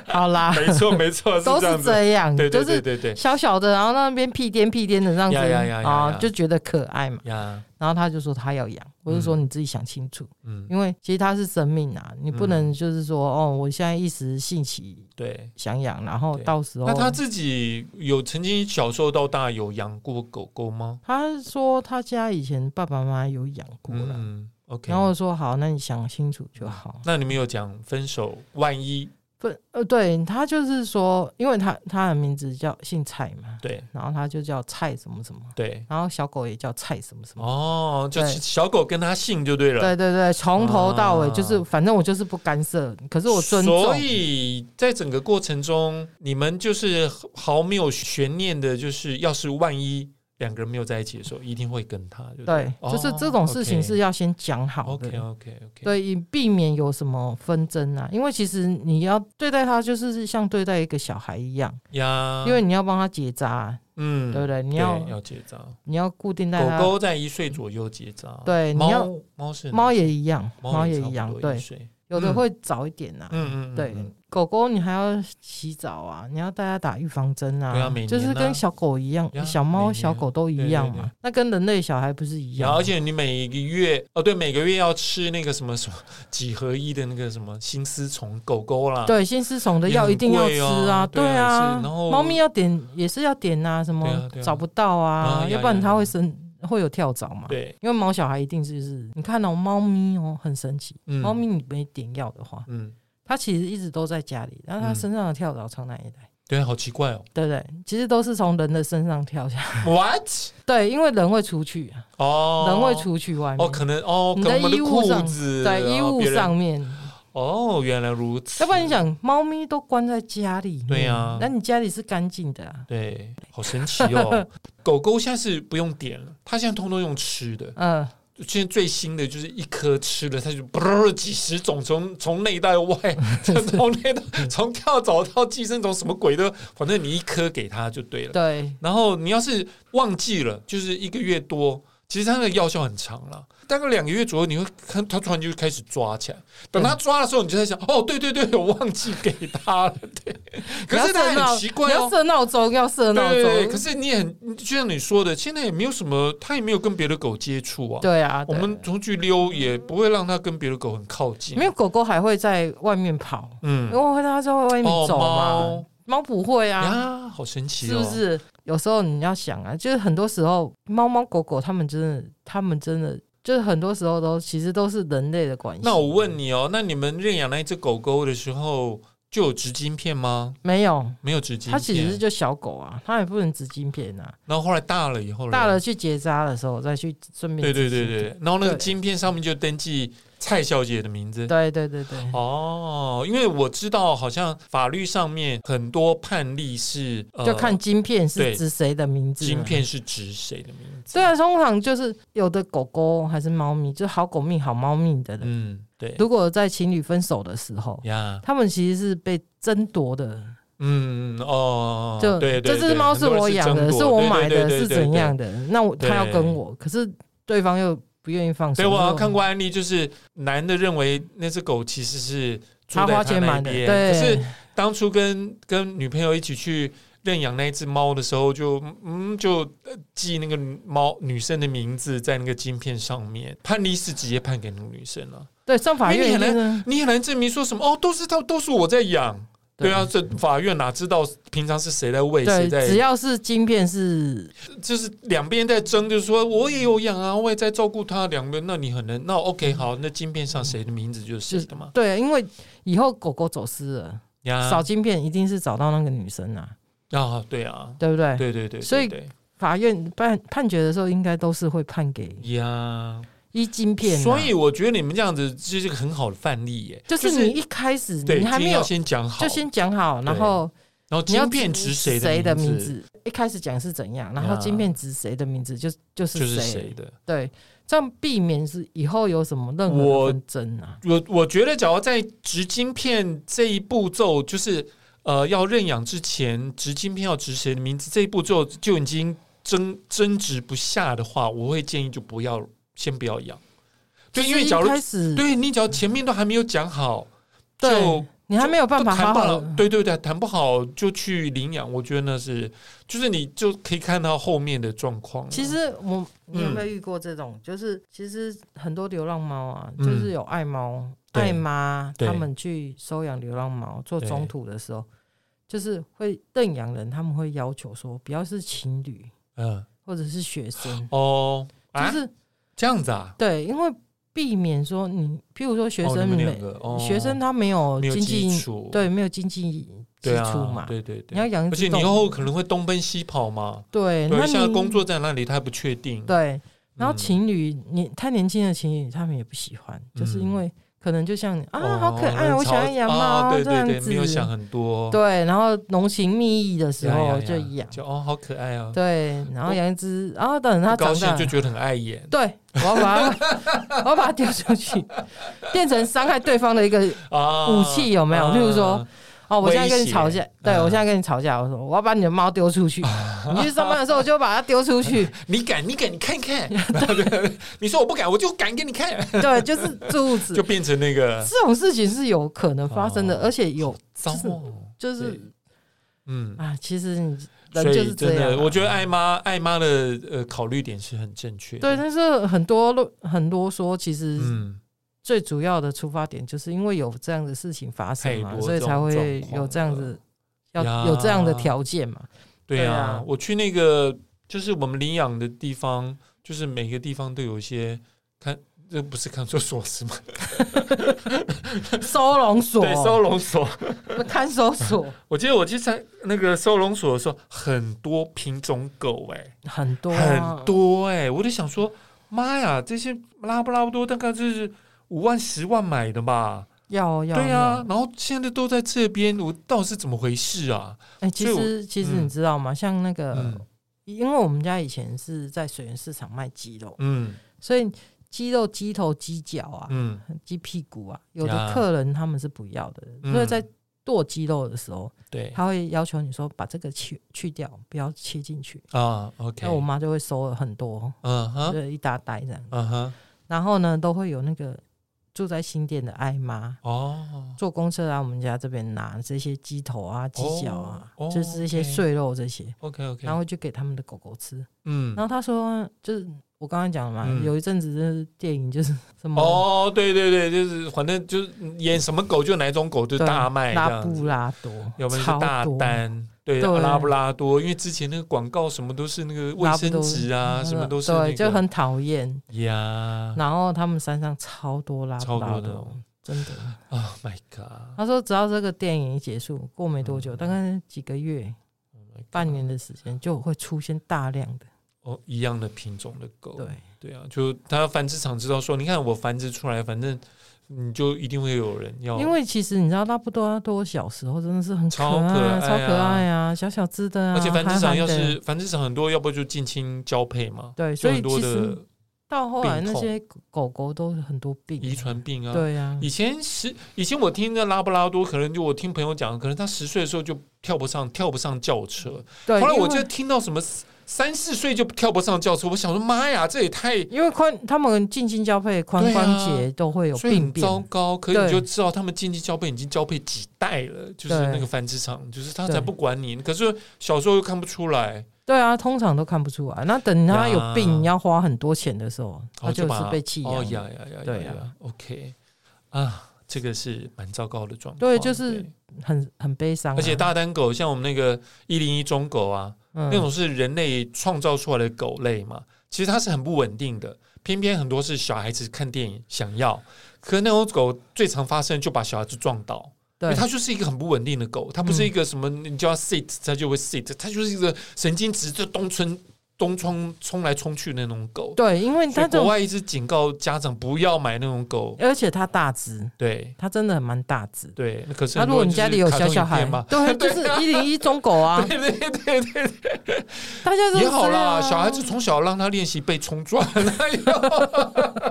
S7: 好啦，
S5: 没错
S7: [LAUGHS]
S5: 没错，
S7: 都
S5: 这样
S7: 是
S5: 子，
S7: 这样，
S5: 对对
S7: 就
S5: 对
S7: 是
S5: 对对
S7: 小小的，然后那边屁颠屁颠的这样子
S5: 呀呀呀呀
S7: 啊
S5: 呀，
S7: 就觉得可爱嘛。
S5: 呀，
S7: 然后他就说他要养，我就说你自己想清楚，
S5: 嗯，
S7: 因为其实它是生命啊，你不
S5: 嗯
S7: 能就是说哦，我现在一时兴起
S5: 对。
S7: 想养，然后
S5: 对
S7: 到时候
S5: 那他自己有曾经小时候到大有养过狗狗吗？
S7: 他说他家以前爸爸妈妈有养过了，
S5: 嗯，OK。
S7: 然后我说好，那你想清楚就好。
S5: 那你们有讲分手，万一
S7: 不，呃，对他就是说，因为他他的名字叫姓蔡嘛，
S5: 对
S7: 然后他就叫蔡什么什么，
S5: 对，
S7: 然后小狗也叫蔡什么什么。
S5: 哦，就
S7: 对
S5: 是小狗跟他姓就对了。
S7: 对对对，从头到尾
S5: 啊
S7: 就是，反正我就是不干涉，可是我尊重。
S5: 所以在整个过程中，你们就是毫没有悬念的，就是要是万一两个人没有在一起的时候，一定会跟他。对不
S7: 对，就是这种事情是要先讲好的。
S5: OK OK OK。
S7: 对，以避免有什么纷争啊，因为其实你要对待他，就是像对待一个小孩一样，
S5: 呀，
S7: 因为你要帮他结扎啊，
S5: 啊嗯
S7: 对不对？
S5: 对？
S7: 你
S5: 你
S7: 要
S5: 要结扎，
S7: 你要固定在
S5: 狗
S7: 他，
S5: 狗在一岁左右结扎。
S7: 对你要
S5: 猫猫是
S7: 猫也一样，猫
S5: 猫
S7: 也
S5: 差
S7: 一
S5: 不
S7: 样，
S5: 多
S7: 对
S5: 一，岁
S7: 有的会早一点呐、啊。
S5: 嗯嗯嗯，
S7: 对
S5: 嗯，
S7: 狗狗你还要洗澡啊，你要带它打预防针啊，
S5: 对啊每年啊
S7: 就是跟小狗一样，
S5: 呀
S7: 小
S5: 每
S7: 猫
S5: 年
S7: 小狗都一样嘛。啊
S5: 对对对
S7: 那跟人类小孩不是一样
S5: 然
S7: 吗？
S5: 后，而且你每个月哦，对，每个月要吃那个什么什么几合一的那个什么心丝虫狗狗啦，
S7: 啊对新丝虫的
S5: 也
S7: 药
S5: 很
S7: 一定要
S5: 贵
S7: 吃
S5: 哦
S7: 啊，
S5: 对啊
S7: 啊
S5: 是然后，
S7: 猫咪要点也是要点啊，什
S5: 对啊
S7: 么
S5: 对啊
S7: 找不到啊
S5: 啊，呀
S7: 要不然
S5: 呀
S7: 它
S5: 呀
S7: 会生会有跳蚤嘛。
S5: 对，
S7: 因为毛小孩一定就是你看哦，猫咪哦很神奇，
S5: 嗯
S7: 猫咪你没点药的话，
S5: 嗯，
S7: 它其实一直都在家里，但它
S5: 嗯
S7: 身上的跳蚤从哪里来？
S5: 对，好奇怪哦
S7: 对不对？其实都是从人的身上跳下来。 [LAUGHS]
S5: ，what？
S7: 对，因为人会出去啊，
S5: 哦，
S7: 人会出去外面。
S5: 哦，可能哦，
S7: 你
S5: 可能
S7: 的
S5: 我们
S7: 衣
S5: 的
S7: 物
S5: 裤
S7: 上
S5: 子
S7: 对衣
S5: 然后
S7: 物
S5: 别人
S7: 上面，
S5: 哦，原来如此，
S7: 要不然你想，猫咪都关在家里面，
S5: 对啊
S7: 那你家里是干净的啊，
S5: 对，好神奇哦， [LAUGHS] 狗狗现在是不用点了，它现在通通用吃的，
S7: 嗯，
S5: 现在最新的就是一颗吃了，它就啵几十种，从从内到外， [LAUGHS] 从内到从跳蚤到寄生虫，什么鬼都，反正你一颗给它就对了。
S7: 对，
S5: 然后你要是忘记了，就是一个月多，其实它的药效很长了，大概两个月左右，你会看它突然就开始抓起来。等它抓的时候，你就在想，哦，对对对，我忘记给它了。
S7: [LAUGHS]
S5: 对，可是它
S7: 你要设闹
S5: 很奇怪
S7: 你
S5: 哦
S7: 要。设闹钟，要设闹
S5: 对对对，可
S7: 钟，
S5: 是你也很就像你说的，现在也没有什么，它也没有跟别的狗接触啊。
S7: 对啊，
S5: 我
S7: 对
S5: 们出去溜也不会让它跟别的狗很靠近。
S7: 没有狗狗还会在外面跑，
S5: 嗯
S7: 因，为它在外面走嘛
S5: 哦，
S7: 猫不会
S5: 猫
S7: 啊，
S5: 呀，好神奇
S7: 是
S5: 哦！
S7: 不？是？有时候你要想啊，就是很多时候猫猫狗狗它们真的，它们真的。就是很多时候都其实都是人类的关系。
S5: 那我问你哦，那你们认养那一只狗狗的时候，就有植晶片吗？
S7: 没有，
S5: 没有植晶片。
S7: 它其实就小狗啊，它也不能植晶片啊。
S5: 然后后来大了以后呢，
S7: 大了去结扎的时候再去顺便
S5: 对
S7: 植
S5: 对对
S7: 晶
S5: 对
S7: 片。，
S5: 然后那个
S7: 对
S5: 晶片上面就登记蔡小姐的名字。
S7: 对对对对
S5: 哦，因为我知道，好像法律上面很多判例是，呃、
S7: 就看晶片
S5: 对
S7: 是指谁的名字嘛。啊
S5: 晶片是指谁的名字。
S7: 对啊，通常就是有的狗狗还是猫咪，就是好狗命好猫命的人，
S5: 嗯，对
S7: 如果在情侣分手的时候，
S5: 呀，
S7: 他们其实是被争夺的。
S5: 嗯哦，
S7: 就
S5: 对对，
S7: 这只猫
S5: 是
S7: 是我养的，是我买的，是怎样
S5: 的？
S7: 的？那我
S5: 对
S7: 它要跟我，可是对方又不愿意放手。
S5: 所以我好像
S7: 就
S5: 看过案例，就是男的认为那只狗其实是住
S7: 他
S5: 在
S7: 花钱
S5: 那
S7: 买的，
S5: 边
S7: 对，
S5: 可是当初跟跟女朋友一起去认养那一只猫的时候就，嗯就呃记那个猫女生的名字在那个晶片上面，判例是直接判给那个女生了、
S7: 对上法
S5: 因为你
S7: 院
S5: 很
S7: 就是
S5: 你很难证明说什么哦，都是他都是我在养。
S7: 对
S5: 对啊，这法院哪知道平常是谁在喂谁
S7: 对，
S5: 在
S7: 只要是晶片是
S5: 就是两边在争，就是说我也有养啊，我也在照顾它，两边那你很能那
S7: 嗯
S5: OK 好，那晶片上谁的名字就是谁的嘛
S7: 对，因为以后狗狗走失了，
S5: 呀
S7: 找晶片一定是找到那个女生啊，
S5: 啊对啊，
S7: 对不对？
S5: 对对对，
S7: 所以
S5: 对
S7: 法院判判决的时候，应该都是会判给
S5: 对呀，
S7: 一晶片啊，
S5: 所以我觉得你们这样子就是个很好的范例耶，
S7: 就是你一开始
S5: 对
S7: 你还
S5: 今
S7: 没
S5: 天要
S7: 有
S5: 先讲好，
S7: 就先讲好，然
S5: 对
S7: 后
S5: 然后
S7: 你要
S5: 晶片指谁
S7: 谁的
S5: 名
S7: 名？字？一开始讲是怎样，然后
S5: 啊
S7: 晶片指谁的名字，就就是
S5: 就是
S7: 谁
S5: 谁的？
S7: 对，这样避免是以后有什么任何的
S5: 我
S7: 纷争啊。
S5: 我我觉得，假如在植晶片这一步骤，就是呃要认养之前，植晶片要植谁的名字这一步骤就已经争争执不下的话，我会建议就不要先不要养。对，因
S7: 就
S5: 为
S7: 是
S5: 假
S7: 一
S5: 如
S7: 开始
S5: 对你只要前面都还没有讲好，
S7: 对
S5: 就。
S7: 你还没有办法
S5: 就谈
S7: 好
S5: 不
S7: 好
S5: 好
S7: 地，
S5: 对对对，谈不好就去领养，我觉得那是，就是你就可以看到后面的状况了。
S7: 其实我，你有没有
S5: 嗯
S7: 遇过这种？就是其实很多流浪猫啊，
S5: 嗯
S7: 就是有爱猫、
S5: 对
S7: 爱妈，
S5: 对
S7: 他们去收养流浪猫做
S5: 对
S7: 中途的时候，就是会认养人，他们会要求说，不要是情侣
S5: 嗯，
S7: 或者是学生，
S5: 哦，啊
S7: 就，是
S5: 这样子啊，
S7: 对，因为避免说你，譬如说学
S5: 哦
S7: 生
S5: 你们
S7: 没、
S5: 两个哦
S7: 学生他没有
S5: 没有
S7: 经济
S5: 基础
S7: 对，没有经济基
S5: 对啊
S7: 础嘛，
S5: 对对
S7: 你要
S5: 对，
S7: 养一
S5: 而
S7: 只
S5: 且你
S7: 动
S5: 以
S7: 物
S5: 后可能会东奔西跑嘛，
S7: 对，那
S5: 对，
S7: 你
S5: 现在工作在哪里他还不确定，
S7: 对，然后
S5: 嗯
S7: 情侣，你太年轻的情侣，他们也不喜欢，就是因
S5: 嗯
S7: 为可能就像你啊，
S5: 哦
S7: 好可爱，
S5: 人
S7: 我
S5: 潮
S7: 想要养
S5: 啊
S7: 猫
S5: 对
S7: 这
S5: 对
S7: 样
S5: 对，没有想
S7: 子，
S5: 很多，
S7: 对，然后浓情蜜意的时
S5: 呀呀
S7: 候
S5: 呀
S7: 就养，
S5: 就哦好可爱啊，
S7: 对，然后
S5: 不
S7: 养一只，然后等
S5: 不
S7: 它
S5: 高
S7: 长
S5: 兴
S7: 大
S5: 就，觉得很碍眼，
S7: 对，我要把
S5: [LAUGHS]
S7: 它，我要把它丢出去，变成伤害对方的一个
S5: 啊，
S7: 武器有没有
S5: 啊
S7: 例如说，哦，我现在跟你吵架
S5: 威胁，
S7: 对
S5: 嗯
S7: 我现在跟你吵架，我说我要把你的猫丢出
S5: [LAUGHS]
S7: 去，你去上班的时候我就把它丢出去，
S5: 你敢，你敢，你看 [LAUGHS] 看，然后就你说我不敢，我就敢给你看，
S7: 对，就是柱子
S5: [LAUGHS] 就，变成那个
S7: 这种事情是有可能发生的，
S5: 哦
S7: 而且有
S5: 糟
S7: 是
S5: 哦，
S7: 就是
S5: 对嗯。
S7: 啊，其实你人
S5: 所
S7: 就
S5: 以
S7: 是
S5: 真
S7: 这样啊、
S5: 的，我觉得爱妈爱妈的呃考虑点是很正确。
S7: 对，，但是很多啰很啰嗦，其实
S5: 嗯，
S7: 最主要的出发点就是因为有这样的事情发生嘛
S5: 太，多
S7: 所以才会有这样子，
S5: 这
S7: 要
S5: 种状况了呀
S7: 有这样的条件嘛。
S5: 对
S7: 对
S5: 啊，
S7: 啊
S5: 我去那个就是我们领养的地方，就是每个地方都有一些看，这不是看守所是吗？
S7: 收容所，
S5: 对，收容所。
S7: 看守
S5: [LAUGHS]
S7: 所
S5: 我记得我去参那个收容所的时候，很多品种狗、欸，
S7: 很多、
S5: 哎、
S7: 啊，
S5: 很多哎、我就想说，妈呀，这些拉布拉多大概就是五万十万买的吧？
S7: 要要
S5: 对啊
S7: 要，
S5: 然后现在都在这边，我到底是怎么回事啊？
S7: 哎、其
S5: 所以
S7: 实其实你
S5: 嗯
S7: 知道吗？像那个，
S5: 嗯
S7: 因为我们家以前是在水源市场卖鸡肉，
S5: 嗯
S7: 所以鸡肉、鸡头、鸡脚啊，
S5: 嗯，
S7: 鸡屁股啊，有的
S5: 呀
S7: 客人他们是不要的，
S5: 嗯
S7: 所以在剁鸡肉的时候，
S5: 对
S7: 他会要求你说把这个去去掉，不要切进去。
S5: 啊，OK，
S7: 那我妈就会收了很多，
S5: 嗯
S7: 就
S5: 哼
S7: 是一大袋这样。
S5: 嗯哼，
S7: 然后呢，都会有那个住在新店的爱妈
S5: 哦，
S7: 坐公车来我们家这边拿这些鸡头啊、鸡脚啊，
S5: 哦哦
S7: 就是这些
S5: OK
S7: 碎肉这些，
S5: OK OK，
S7: 然后就给他们的狗狗吃。
S5: 嗯
S7: 然，后她说，就是我刚刚讲了嘛，
S5: 嗯
S7: 有一阵子就是电影就是什么。
S5: 哦，对对对，就是反正就是演什么狗就哪种狗，就
S7: 对
S5: 大卖这
S7: 拉
S5: 样子
S7: 布，拉多，
S5: 要不然
S7: 超
S5: 是大
S7: 多
S5: 丹，对
S7: 对
S5: 拉布拉多，因为之前那个广告什么都是那个卫
S7: 拉不
S5: 生
S7: 多
S5: 纸啊，
S7: 嗯
S5: 什么都是那
S7: 对，
S5: 个嗯
S7: 就很讨厌。
S5: 呀
S7: 然后他们山上超多拉布
S5: 超
S7: 拉
S5: 多的
S7: 多，真的。
S5: [LAUGHS] ，Oh my God，
S7: 他说只要这个电影一结束，过没多
S5: 嗯
S7: 久，大概几个月、
S5: Oh
S7: 半年的时间，就会出现大量的。
S5: 哦，一样的品种的狗，
S7: 对，
S5: 对啊，就它繁殖场知道说，你看我繁殖出来，反正你就一定会有人要，
S7: 因为其实你知道拉布多多小时候真的是很可
S5: Oh 超可爱
S7: 爱，
S5: 啊
S7: 超可爱啊，小小只的啊，
S5: 而且繁殖
S7: 憨
S5: 场
S7: 憨
S5: 要
S7: 的嗯
S5: 是繁殖场很多，要不就近亲交配嘛，
S7: 对，
S5: 就
S7: 所
S5: 很
S7: 以
S5: 多
S7: 其
S5: 的
S7: 实到后来
S5: 病
S7: 那
S5: 痛
S7: 些狗狗都很多病，
S5: 遗传病啊。
S7: 对呀，
S5: 以前十以前我听那拉布拉多，可能就我听朋友讲，可能他十岁的时候就跳不上跳不上轿车，
S7: 对，
S5: 后来
S7: 因
S5: 我
S7: 为
S5: 就听到什么三四岁就跳不上轿车，我想说妈呀，这也太
S7: 因为髋他们近亲交配，髋
S5: 对啊
S7: 关节都会有
S5: 所以
S7: 病
S5: 很
S7: 变。
S5: 糟糕。可是
S7: 对
S5: 你就知道他们经济交配已经交配几代了，就是
S7: 对
S5: 那个繁殖场，就是他
S7: 对
S5: 才不管你。可是小时候又看不出来，
S7: 对啊，通常都看不出来。那等他有
S5: 呀
S7: 病要花很多钱的时候，
S5: 然后
S7: 他就是
S5: 把
S7: 被弃养。
S5: 哦呀呀呀，
S7: 对
S5: 呀
S7: 啊
S5: 呀，OK 啊，这个是蛮糟糕的状况。
S7: 对就是
S5: 对
S7: 很很悲伤啊、
S5: 而且大单狗像我们那个一零一中狗啊，
S7: 嗯
S5: 那种是人类创造出来的狗类嘛，其实它是很不稳定的。偏偏很多是小孩子看电影想要，可那种狗最常发生就把小孩子撞倒，因
S7: 对
S5: 为它就是一个很不稳定的狗，它不是
S7: 嗯
S5: 一个什么你叫它 sit 它就会 sit，它就是一个神经质就东冲东冲冲来冲去那种狗。
S7: 对，因为
S5: 所以
S7: 他这
S5: 国
S7: 种，
S5: 外一直警告家长不要买那种狗，
S7: 而且他大只，
S5: 对
S7: 他真的蛮大只。
S5: 对。可是
S7: 那
S5: 很
S7: 如果
S5: 多人
S7: 你
S5: 就是
S7: 家里有
S5: 卡通
S7: 小小
S5: 影
S7: 孩 [LAUGHS]
S5: 片嘛，，
S7: 对，
S5: [LAUGHS]
S7: 就是一零一中狗啊，
S5: 对对对对
S7: 大家都
S5: 也好
S7: 这样
S5: 啦，
S7: 啊
S5: 小孩子从小让他练习被冲撞， [LAUGHS] 那以后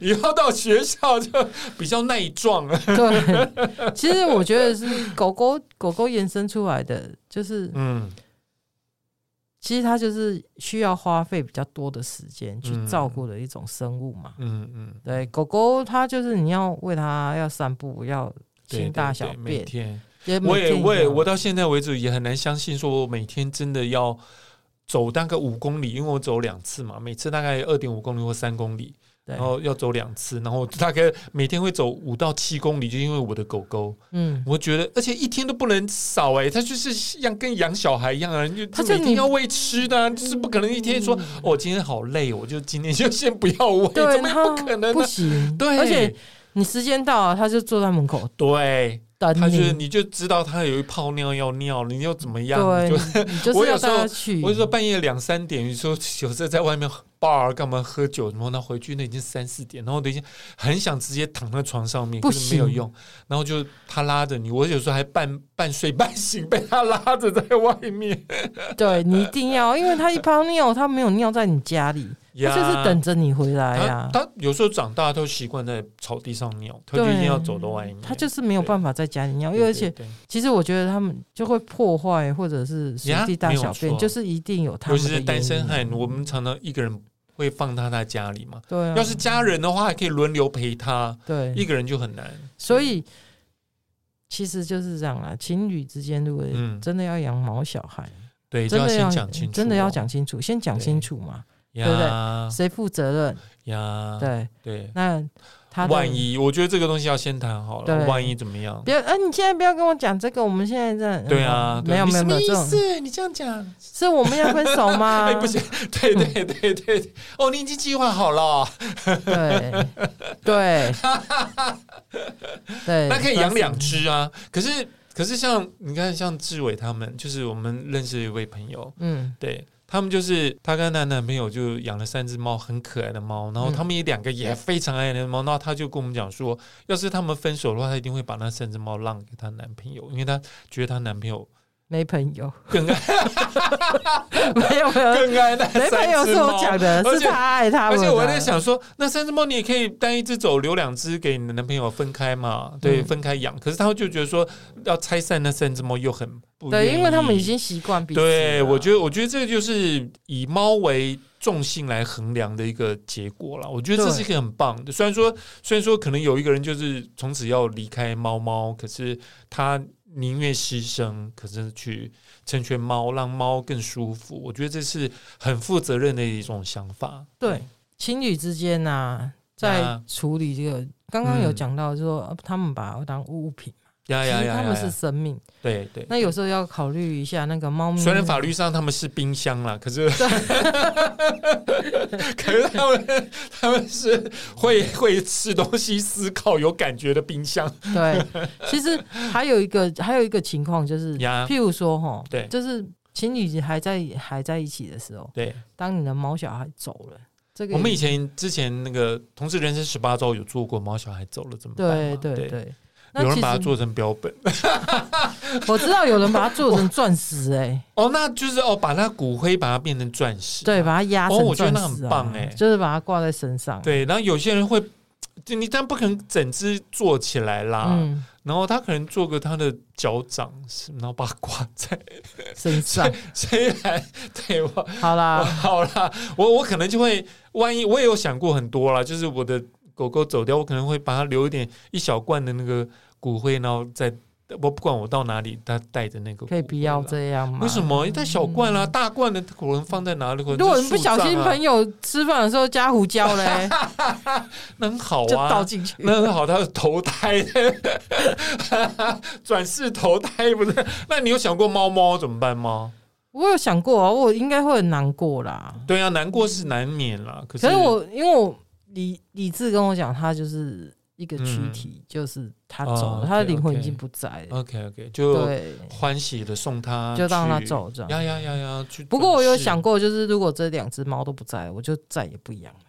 S5: 以后到学校就比较耐撞了。
S7: [LAUGHS] 对。其实我觉得是狗狗狗狗延伸出来的，就是
S5: 嗯，
S7: 其实它就是需要花费比较多的时间去
S5: 嗯
S7: 照顾的一种生物嘛。
S5: 嗯嗯，
S7: 对，狗狗它就是你要喂它，要散步，要
S5: 对
S7: 清
S5: 对
S7: 大
S5: 对
S7: 小
S5: 每
S7: 便，
S5: 天
S7: 也每
S5: 我也
S7: 天
S5: 我也
S7: 一样
S5: 我到现在为止也很难相信，说我每天真的要走大概五公里，因为我走两次嘛，每次大概二点五公里或三公里。
S7: 对
S5: 然，后要走两次，然后大概每天会走五到七公里，就因为我的狗狗，
S7: 嗯，
S5: 我觉得，而且一天都不能少哎、它就是像跟养小孩一样啊，就
S7: 它嗯
S5: 就
S7: 就
S5: 每天
S7: 你
S5: 要喂吃的、啊，就是不可能一天说哦，今天好累，我就今天就先不要喂，
S7: 嗯对，
S5: 哎怎么
S7: 然
S5: 也
S7: 后
S5: 不可能
S7: 不
S5: 呢、
S7: 行，
S5: 对，
S7: 而且你时间到了，他就坐在门口
S5: 对，
S7: 等
S5: 他就是
S7: 你，
S5: 你就知道他有一泡尿要尿，你又怎么样？
S7: 对，
S5: 就
S7: 你你就
S5: 我
S7: 是要
S5: 有时候
S7: 带他去。
S5: 我就说半夜两三点，你说有时候在外面 bar 干嘛喝酒，然后他回去那已经三四点，然后我都已经很想直接躺在床上面，
S7: 不
S5: 可是没有
S7: 行
S5: 用。然后就他拉着你，我有时候还半半睡半醒，被他拉着在外
S7: [LAUGHS]
S5: 面。
S7: 对你一定要，因为他一泡尿，他没有尿在你家里，他
S5: 呀
S7: 就是等啊着你回来
S5: 他
S7: 呀、
S5: 他有时候长大都习惯在草地上尿，他就一定要走到外面。
S7: 他就是没有办法在家里尿，因
S5: 对，
S7: 为而
S5: 对
S7: 且
S5: 对
S7: 其实我觉得他们就会破坏或者是随
S5: 呀
S7: 地大
S5: 没有
S7: 小便，
S5: 错
S7: 就是一定有他
S5: 尤
S7: 们
S5: 其
S7: 的
S5: 是单身
S7: 原因啊
S5: 汉，我们常常一个人会放他在家里嘛。
S7: 对啊，
S5: 要是家人的话，还可以轮流陪他，一
S7: 对，
S5: 个人就很难。
S7: 所以其实就是这样啦。情侣之间如果
S5: 嗯
S7: 真的要养毛小孩，
S5: 对，就
S7: 真
S5: 要
S7: 的要
S5: 先讲清楚哦，
S7: 真的要讲清楚，先讲
S5: 对
S7: 清楚嘛，
S5: 呀
S7: 对不谁负责任？
S5: 呀，
S7: 对，
S5: 对
S7: 那他的
S5: 啊万一我觉得这个东西要先谈好了，
S7: 对
S5: 万一怎么样
S7: 不？要，啊，你现在不要跟我讲这个，我们现在在
S5: 对啊，
S7: 没有
S5: 对
S7: 没有
S5: 你
S7: 没有这
S5: 什么
S7: 种
S5: 意，思？你这样讲，
S7: 是我们要分手吗？
S5: [LAUGHS] 哎，不行，对对对对，对哦，你已经计划好了，
S7: 对
S5: [LAUGHS]
S7: 对对，
S5: 那可以
S7: 抓
S5: 养
S7: 死
S5: 两只啊。可是可是像你看，像志伟他们，就是我们认识的一位朋友，
S7: 嗯
S5: 对他们就是她跟她男朋友就养了三只猫，很可爱的猫，然后
S7: 嗯
S5: 他们也两个也非常爱的猫，然后她就跟我们讲说，要是他们分手的话，她一定会把那三只猫让给她男朋友，因为她觉得她男朋友
S7: 没朋友，
S5: 更爱
S7: [LAUGHS] 没有没有，
S5: 更爱那
S7: 呃没朋友
S5: 三只
S7: 是我
S5: 猫。
S7: 讲的，
S5: 而
S7: 是
S5: 且
S7: 他爱他
S5: 而
S7: 们的。
S5: 且我在想说，那三只猫你也可以带一只走，留两只给你的男朋友分开嘛，对，
S7: 嗯
S5: 分开养。可是他就觉得说，要拆散那三只猫又很不
S7: 对，
S5: 愿
S7: 因为他们
S5: 意
S7: 已经习惯彼此了。啊
S5: 对，我觉得，我觉得这个就是以猫为重心来衡量的一个结果啦。我觉得这
S7: 对
S5: 是一个很棒的，虽然说，虽然说可能有一个人就是从此要离开猫猫，可是他宁愿牺牲，可是去成全猫，让猫更舒服。我觉得这是很负责任的一种想法。
S7: 对情侣之间呐，在
S5: 啊
S7: 处理这个，刚刚有
S5: 嗯
S7: 讲到，就是说呃他们把它当物品，
S5: 呀
S7: 其
S5: 呀
S7: 实
S5: 呀
S7: 他们
S5: 呀
S7: 是
S5: 呀！
S7: 生命。
S5: 对对。
S7: 那有时候要考虑一下那个猫咪，
S5: 虽然法律上他们是冰箱啦，可是 [LAUGHS] 可是他们他们是会会吃东西、思考、有感觉的冰箱
S7: [LAUGHS] 对，其实还有一个还有一个情况就是，
S5: 呀。
S7: 譬如说哈，
S5: 对
S7: 就是情侣还在还在一起的时候，
S5: 对，
S7: 当你的毛小孩走了，这个
S5: 我们
S7: 也
S5: 以前之前那个《同志人生十八招》有做过，毛小孩走了怎么办
S7: 对
S5: 嘛？
S7: 对对，那
S5: 啊有
S7: 其
S5: 人把它
S7: 实
S5: 做成标本
S7: 我知道有人把它做成钻石、
S5: [LAUGHS]
S7: 哎，
S5: 哦，那就是哦，把它骨灰把它变成钻石，
S7: 对，把它压成
S5: 哦我觉得
S7: 钻
S5: 那
S7: 石、啊
S5: 很棒哎
S7: 就是把它挂在身上，，
S5: 对。然后有些人会，就你但不可能整只做起来啦，
S7: 嗯，
S5: 然后他可能做个他的脚掌，然后把它挂在 [LAUGHS]
S7: 身上，
S5: 虽然对我、
S7: 好
S5: 我
S7: 啦，
S5: 好啦，我我可能就会，万一我也有想过很多啦，就是我的狗狗走掉，我可能会把它留一点一小罐的那个骨灰，然后再我不管我到哪里，它带着那个骨
S7: 可
S5: 灰啦
S7: 以不要这样吗？
S5: 为什？么？带小罐啦、大罐的可能放在哪里？
S7: 嗯如果你不
S5: 啊
S7: 小心朋
S5: 友
S7: 友吃饭的时候加胡椒嘞，
S5: 那很好
S7: 就倒
S5: 啊。
S7: 进去。
S5: 那很好，它是投胎，转世投胎不是？那你有想过猫猫怎么办吗？
S7: 我有想过啊，我应该会很难过啦。
S5: 对啊，难过是难免啦。可是
S7: 可是我因为我理理智跟我讲，他就是一个躯
S5: 嗯
S7: 体，就是他
S5: 哦
S7: 走了，他的
S5: OK，
S7: 灵魂已
S5: OK 呃
S7: 经不在了。
S5: OK OK，就
S7: 对，
S5: 欢喜的送他，
S7: 就让他。走这样。
S5: 呀呀呀呀！去
S7: 不过我有
S5: 转世
S7: 想过，就是如果这两只猫都不在，我就再也不养了。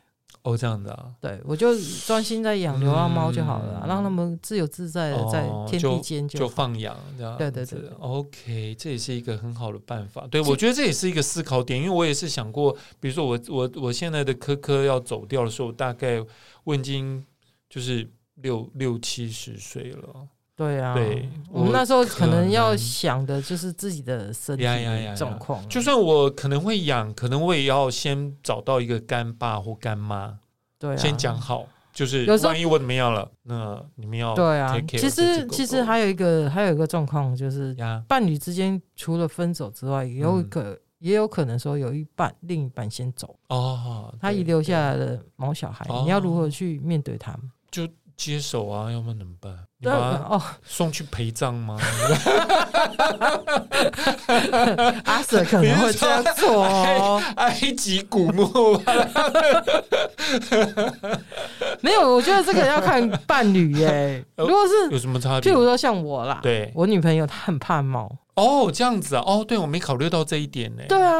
S5: 哦，这样的啊，
S7: 对，我就专心在养流浪猫就好了啊、
S5: 嗯
S7: 让它们自由自在的
S5: 哦
S7: 在天地间
S5: 就
S7: 就好。
S5: 放养这样子。
S7: 对对对对
S5: OK，这也是一个很好的办法。对，
S7: 这
S5: 我觉得这也是一个思考点，因为我也是想过，比如说我我我现在的科科要走掉的时候，大概我已经就是六六七十岁了。
S7: 对啊，
S5: 对
S7: 我们
S5: 我
S7: 那时候
S5: 可
S7: 可能要
S5: 能
S7: 想的就是自己的身
S5: 嗯呀呀呀
S7: 体
S5: 呀
S7: 状况啊，
S5: 就算我可能会养，可能我也要先找到一个干爸或干妈，
S7: 对啊，
S5: 先讲好，就是
S7: 有时候
S5: 万一我怎么样了，那你们要
S7: 对啊
S5: take。care
S7: 其
S5: 这只
S7: 实
S5: 狗
S7: 其实
S5: 狗
S7: 还有一个还有一个状况就是
S5: 呀嗯
S7: 伴侣之间除了分手之外，有一个、也有可能说有一半另一半先走，
S5: 哦，
S7: 他遗
S5: 对
S7: 留下来的毛小孩
S5: 哦，
S7: 你要如何去面对他们？
S5: 接手啊，要不然怎么办？你
S7: 对
S5: 把他 [LAUGHS]
S7: 哦，
S5: 送去陪
S7: [LAUGHS]
S5: 葬吗？
S7: 阿 Sir 可能会这样做哦。
S5: 埃及古墓吧，
S7: 没有，我觉得这个要看伴侣耶、
S5: [LAUGHS] 呃
S7: 如果是
S5: [LAUGHS] 有什么差别
S7: 譬？如说像我啦，
S5: 对
S7: 我女朋友她很怕猫，
S5: 哦，这样子啊，哦，对我没考虑到这一点呢。
S7: 对啊，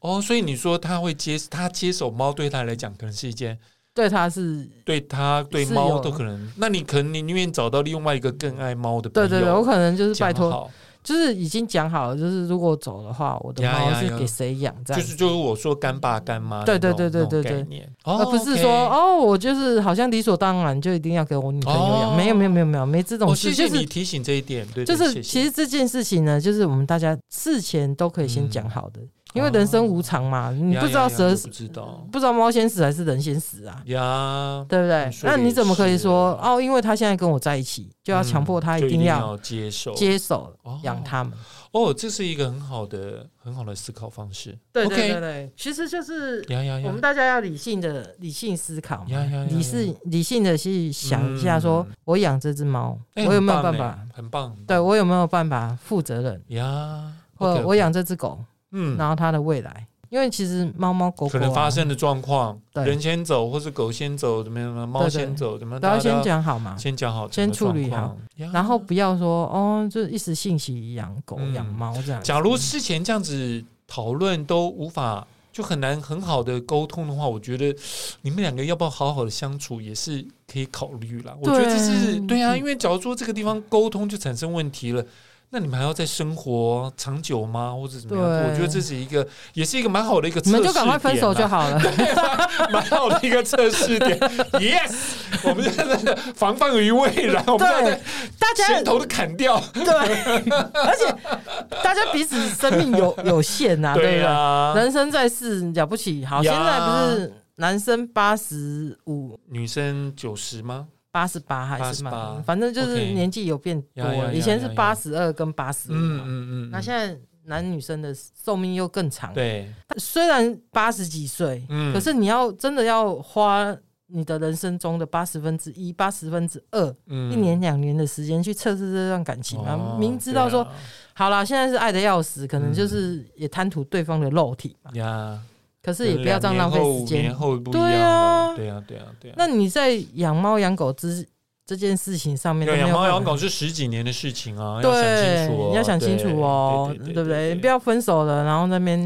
S5: 哦，所以你说他会接他接手猫，对他来讲可能是一件
S7: 对她是，
S5: 对他对
S7: 是
S5: 猫
S7: 有
S5: 都可能，那你可能你宁愿找到另外一个更爱猫的朋
S7: 对
S5: 友，
S7: 对对，我可能就是
S5: 讲
S7: 拜托，
S5: 好，
S7: 就是已经讲好了，就是如果走的话，我的
S5: 呀
S7: 猫
S5: 呀
S7: 是
S5: 呀
S7: 给谁养这
S5: 就
S7: 样。
S5: 是就是我说干爸干妈那
S7: 对
S5: 种，
S7: 对对对
S5: 那种
S7: 对
S5: 概
S7: 对
S5: 念，
S7: 而
S5: 而
S7: 不是说哦，我就是好像理所当然就一定要给我女朋友养，
S5: 哦
S7: 没有没有没有没有没这种
S5: 哦，
S7: 事，
S5: 谢谢
S7: 就是
S5: 你提醒这一点，对，
S7: 就
S5: 对
S7: 是其实这件事情呢，就是我们大家事前都可以先讲好
S5: 嗯
S7: 的，因为人生无常
S5: 哦
S7: 嘛，你不知道蛇
S5: 不知道
S7: 不知道猫先死还是人先死啊，
S5: 呀，
S7: 对不对
S5: 你？嗯说
S7: 那
S5: 的
S7: 你
S5: 也
S7: 怎么可以
S5: 是啊
S7: 说哦？因为他现在跟我在一起，就要强迫他
S5: 嗯就
S7: 一
S5: 一
S7: 定要
S5: 要接受
S7: 接手
S5: 哦
S7: 养他们？
S5: 哦，这是一个很好的很好的思考方式，
S7: 对
S5: OK
S7: 对对对，其实就是
S5: 呀哎呀呀，
S7: 我们大家要理性的理性思考嘛
S5: 呀呀呀呀
S7: 理性理性的去想一下，说
S5: 嗯
S7: 我养这只猫，
S5: 哎
S7: 我有没有
S5: 很
S7: 办
S5: 棒
S7: 法？
S5: 哎很棒，很
S7: 对
S5: 棒
S7: 我有没有办法负责任？
S5: 呀，
S7: 或
S5: OK，OK
S7: 我养这只狗，
S5: 嗯
S7: 然后它的未来，因为其实猫猫狗狗
S5: 可能
S7: 啊
S5: 发生的状况，
S7: 对
S5: 人先走，或是狗先走，怎么样？猫
S7: 对对
S5: 先走，怎么样？
S7: 都要
S5: 大家
S7: 先讲好嘛，
S5: 先讲好，
S7: 先处理好
S5: 整个状况，呀
S7: 然后不要说哦，就一时兴起养狗
S5: 嗯
S7: 养猫这样。
S5: 假如事前这样子讨论都无法，就很难很好的沟通的话，我觉得你们两个要不要好好的相处也是可以考虑啦。我觉得这是对
S7: 嗯
S5: 啊，因为假如说这个地方沟通就产生问题了。那你们还要在生活长久吗，或者怎么样？
S7: 对
S5: 我觉得这是一个，也是一个蛮好的一个测
S7: 你
S5: 试点啊，
S7: 们就赶快分手就好了，
S5: 啊蛮好的一个测试点。yes，我们
S7: [LAUGHS]
S5: 现在防范于未然，我们现在
S7: 大
S5: 在
S7: 家
S5: 先头都砍掉。
S7: 对， [LAUGHS] 而且大家彼此生命有有限呐、对不对？
S5: 啊，
S7: 人生在世了不起，好，
S5: 呀
S7: 现在不是男生八十五、
S5: 女生九十吗？
S7: 八十八还是什么
S5: 88，
S7: 反正就是
S5: OK
S7: 年纪有变多
S5: 呀呀呀
S7: 了，以前是
S5: 呀呀
S7: 八十二跟八十五
S5: 嗯
S7: 嘛，
S5: 嗯嗯，
S7: 那现在男女生的寿命又更长。
S5: 对，
S7: 虽然八十几岁，
S5: 嗯
S7: 可是你要真的要花你的人生中的八十分之一、八十分之二。
S5: 嗯
S7: 一年两年的时间去测试这段感情啊，
S5: 哦
S7: 明知道说、
S5: 对啊嗯
S7: 好啦，现在是爱的要死，可能就是也贪图对方的肉体嘛，
S5: 啊呀，
S7: 可是也不要这样浪费时
S5: 两年
S7: 间。
S5: 后五年后不一
S7: 对
S5: 样了
S7: 啊
S5: 对啊，对啊，对啊。
S7: 那你在养猫养狗之这件事情上面，
S5: 对啊养猫养狗
S7: 都
S5: 是十几年的事情啊，要想清
S7: 没有办法，
S5: 楚哦，
S7: 对，你要想清楚哦，
S5: 对
S7: 对不对？不
S5: 要
S7: 要分手了，然后那边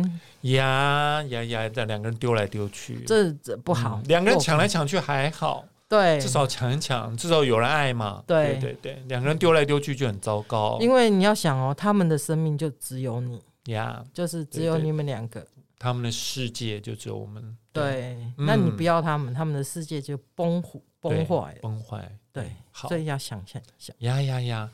S5: 呀呀呀，这两个人丢来丢去，
S7: 这这不好
S5: 嗯，两个人
S7: 不 OK
S5: 抢来抢去还好，
S7: 对，
S5: 至少抢一抢，至少有人爱嘛。
S7: 对
S5: 对对，两个人丢来丢去就很糟糕。
S7: 因为你要想哦，他们的生命就只有你，
S5: 呀
S7: 就是只有
S5: 对对
S7: 你们两个。
S5: 他们的世界就只有我们
S7: 对，
S5: 嗯
S7: 那你不要他们，他们的世界就崩毁崩坏了。
S5: 崩坏。
S7: 对，
S5: 好
S7: 所以要想想想。
S5: 呀呀呀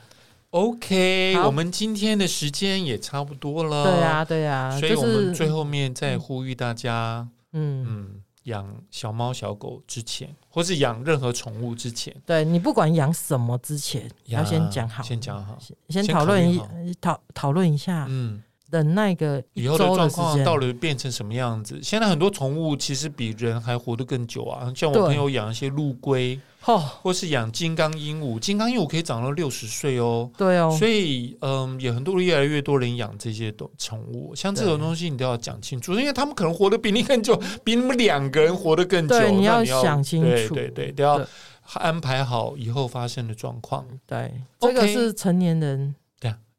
S5: ！OK，
S7: 好
S5: 我们今天的时间也差不多了。
S7: 对啊，对啊，
S5: 呃所以
S7: 就
S5: 我们
S7: 是
S5: 最后面再呼吁大家，
S7: 嗯，
S5: 嗯，养小猫小狗之前，或是养任何宠物之前，
S7: 对你不管养什么之前，
S5: 呀
S7: 要先讲好，
S5: 先讲好。
S7: 先，先
S5: 先
S7: 讨
S5: 考
S7: 论
S5: 虑
S7: 一
S5: 好
S7: 讨讨论一下，
S5: 嗯，
S7: 忍耐个一
S5: 以后
S7: 周
S5: 状
S7: 时
S5: 况
S7: 间。
S5: 到底变成什么样子？现在很多宠物其实比人还活得更久啊，像我
S7: 对
S5: 朋友养一些陆龟，
S7: 哦，
S5: 或是养金刚鹦鹉，金刚鹦鹉可以长到六十岁哦。
S7: 对哦，
S5: 所以，嗯，也很多越来越多人养这些动宠物，像这种东西你都要讲清楚，因为他们可能活得比你更久，比你们两个人活得更久。
S7: 对
S5: 那
S7: 你
S5: 你
S7: 要想清楚
S5: 对对对，都要
S7: 对
S5: 安排好以后发生的状况，
S7: 对，这
S5: OK
S7: 个是成年人，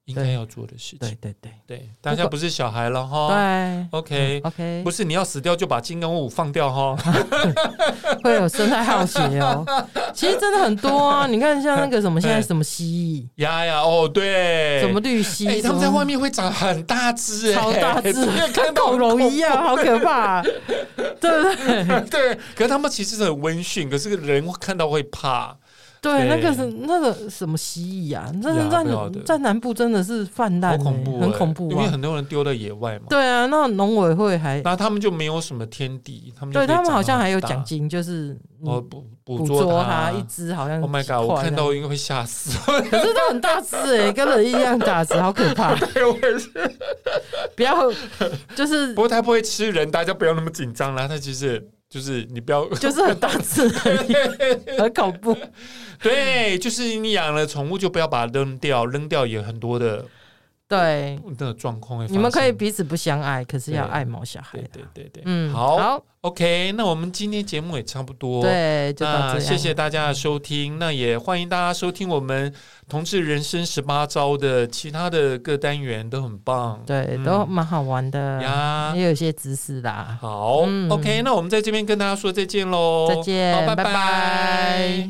S5: 应该要做的事
S7: 对
S5: 情。
S7: 对对
S5: 对，大家不是小孩了哈。
S7: 对嗯
S5: OK，
S7: ，OK，
S5: 哦不是你要死掉就把金刚鹦鹉放
S7: [LAUGHS]
S5: 掉哈。
S7: 会有生态浩劫
S5: [LAUGHS]
S7: 哦。其实真的很多啊，你看像那个什么现在什么蜥
S5: 呀呀，哦对，
S7: 蜴，什么绿蜥，
S5: 哎哎，
S7: 什
S5: 他
S7: 么
S5: 们在外面会长很大只，哎
S7: 超大
S5: [LAUGHS]
S7: 只
S5: 真的，看
S7: 跟
S5: 到
S7: 恐
S5: 很
S7: 龙
S5: [LAUGHS] 恐
S7: 一样，好可
S5: [LAUGHS]
S7: 怕，对不对？
S5: 对，可是他们其实很温驯，可是人看到会怕。
S7: 对，那
S5: 对
S7: 个是那个什么蜥蜴啊，真的
S5: 呀
S7: 在
S5: 不要的
S7: 在南部真的是泛滥、
S5: 好
S7: 欸，
S5: 恐怖欸、
S7: 很恐怖
S5: 因为
S7: 啊！
S5: 很多人丢在野外嘛。
S7: 对啊，那农委会还
S5: 那他们就没有什么天敌，他们就
S7: 对
S5: 可以
S7: 他们
S5: 长
S7: 好
S5: 得
S7: 像还有
S5: 很大
S7: 奖，金，就是你
S5: 哦捕捕
S7: 捕
S5: 捉
S7: 捉
S5: 它
S7: 一。啊只好像
S5: Oh my
S7: 几
S5: god！我
S7: 块
S5: 看
S7: 这
S5: 到
S7: 样
S5: 我应该会吓死。 [LAUGHS]
S7: 可是它很大只哎、跟人一样大只，好可怕！不要，就是
S5: [LAUGHS] 不过它不会吃人，大家不要那么紧张啦。它其实就是你不要， [LAUGHS]
S7: 就是很大只而已，很恐怖。
S5: 对，就是你养了宠物就不要把它扔掉，扔掉也很多的
S7: 对，
S5: 的状况会发生。
S7: 你们可以彼此不相爱，可是要
S5: 对
S7: 爱毛小孩
S5: 对
S7: 啦。
S5: 对对对，
S7: 嗯，
S5: 好
S7: 好，
S5: OK，那我们今天节目也差不多。
S7: 对，就到
S5: 那
S7: 这样。嗯
S5: 谢谢大家的收听，那也欢迎大家收听我们《同志人生十八招》的其他的各单元，都很棒。
S7: 对
S5: 嗯，
S7: 都蛮好玩的，
S5: 呀
S7: 也有一些知识啦。
S5: 好、
S7: 嗯
S5: o k 那我们在这边跟大家说再见喽，
S7: 再见，
S5: 好，拜
S7: 拜拜